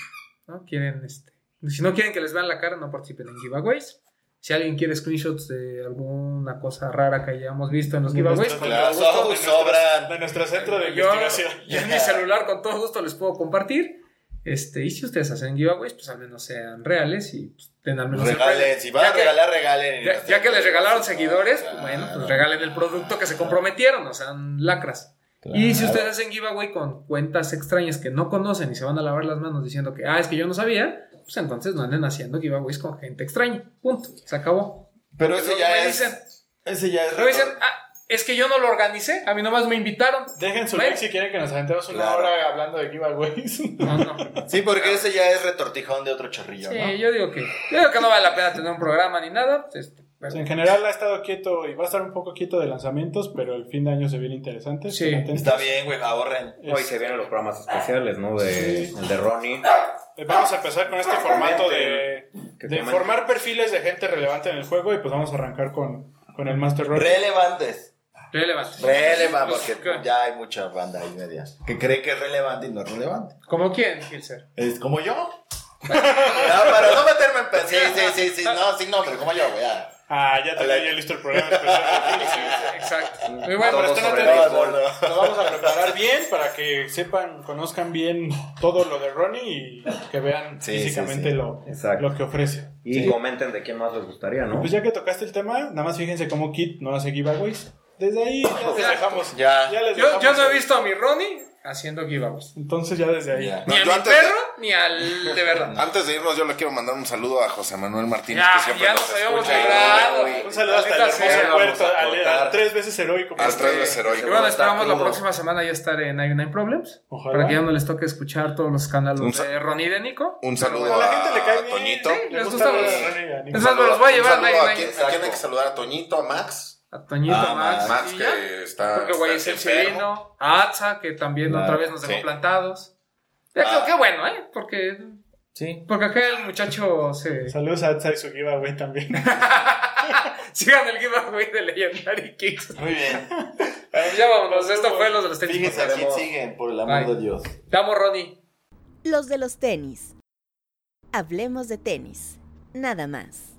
¿no? Quieren, este, si no quieren que les vean la cara, no participen en giveaways. Si alguien quiere screenshots de alguna cosa rara que hayamos visto en los giveaways,
Nuestro-
Claro,
nuestro-
so-
de nuestro-
sobran.
De nuestro centro de
yo,
investigación.
yo
[LAUGHS]
en mi celular con todo gusto les puedo compartir. Este, y si ustedes hacen giveaways, pues al menos sean reales y pues, den al menos el
Regalen,
premio.
si van
Ya
a
que-
regalar, regalen.
Ya, ya que les regalaron seguidores, pues,
Claro.
bueno, pues regalen el producto que se comprometieron, o sean lacras. Y si ustedes hacen giveaway con cuentas extrañas que no conocen y se van a lavar las manos diciendo que, ah, es que yo no sabía, pues entonces no anden haciendo giveaways con gente extraña. Punto. Se acabó.
Pero
Porque luego
ese
me
ya es.
dicen-
Ese ya es.
Luego dicen, ah, Es que yo no lo organicé, a mí nomás me invitaron.
Dejen su
Bueno.
like si quieren que nos aventemos una
Claro.
hora hablando de giveaways.
No, no.
Sí, porque ese ya es retortijón de otro chorrillo,
Sí,
¿no?
yo digo que yo digo que no vale la pena tener un programa ni nada. Este,
Pues
bueno.
en general ha estado quieto y va a estar un poco quieto de lanzamientos, pero el fin de año se viene interesante.
Sí.
estén atentos.
Está bien, güey, ahorren.
Es-
Hoy se vienen los programas especiales, ¿no? De, El de Ronnie.
Eh, Vamos a empezar con este formato de, de
Que comenten.
formar perfiles de gente relevante en el juego y pues vamos a arrancar con, con el Master Rock.
Relevantes.
Relevante.
Relevante,
Pues,
porque
¿qué?
ya hay mucha banda ahí media que cree que es relevante y no es relevante.
¿Como quién, Gilser?
Es como yo. no, para no meterme en... pe- Sí, sí, sí, sí, no, sin nombre, como yo, güey. ya.
Ah, ya tenía ya listo el programa especial.
Exacto. Muy bueno, pero
Pero
Todo
estén
sobre
atentos.
béisbol.
[LAUGHS] Lo vamos a preparar bien para que sepan, conozcan bien todo lo de Ronnie y que vean
Sí,
físicamente
sí, sí.
Lo,
Exacto.
lo que ofrece.
Y comenten de quién más les gustaría, ¿no?
Pues ya que tocaste el tema, nada más fíjense cómo Kit no hace giveaways. Desde ahí ya les dejamos.
Ya.
les
Yo, yo
dejamos
no he
ahí.
visto a mi Ronnie haciendo giveaways.
Entonces ya desde ahí.
Ya.
Ni
No,
a
yo
mi
antes de-
perro, ni al de verdad.
Antes de irnos, yo le quiero mandar un saludo a José Manuel Martínez,
Ya,
que siempre
ya
nos
nos habíamos
escucha.
librado.
Un saludo hasta el
Maldita sea,
hermoso
vamos
puerto,
a
al,
cortar.
al tres veces heroico.
Al tres veces
Y
heroico.
bueno, esperamos la
Está
próxima semana ya estar en I Nine Problems.
Ojalá.
Para que ya no les toque escuchar todos los
Un
escándalos
sa-
de Ronnie y de Nico.
Un
Pero
saludo
a la
a,
gente le cae bien.
Toñito.
Sí, les
Les
gusta
gusta
los-
la Ronnie, amigo.
Es más, Pues me los voy a llevar a
Un saludo
Nine
a quien,
Nine.
a quien hay que saludar a Toñito, a Max.
A Toñito,
Ah,
Max.
Max,
y ya.
que está.
Porque güey es
está
el
enfermo.
chileno. A Atza, que también
Claro,
otra vez nos dejó
sí.
plantados. Ya creo
Ah.
que bueno, ¿eh? Porque,
Sí.
porque acá el muchacho se.
Saludos a Atsa y su giveaway también.
Sigan el giveaway de Legendary Kicks.
Muy bien.
Ya vámonos, esto fue los de los tenis.
Fíjense a quién siguen, por el amor
Bye.
de Dios.
Te amo, Ronnie.
Los de los tenis. Hablemos de tenis. Nada más.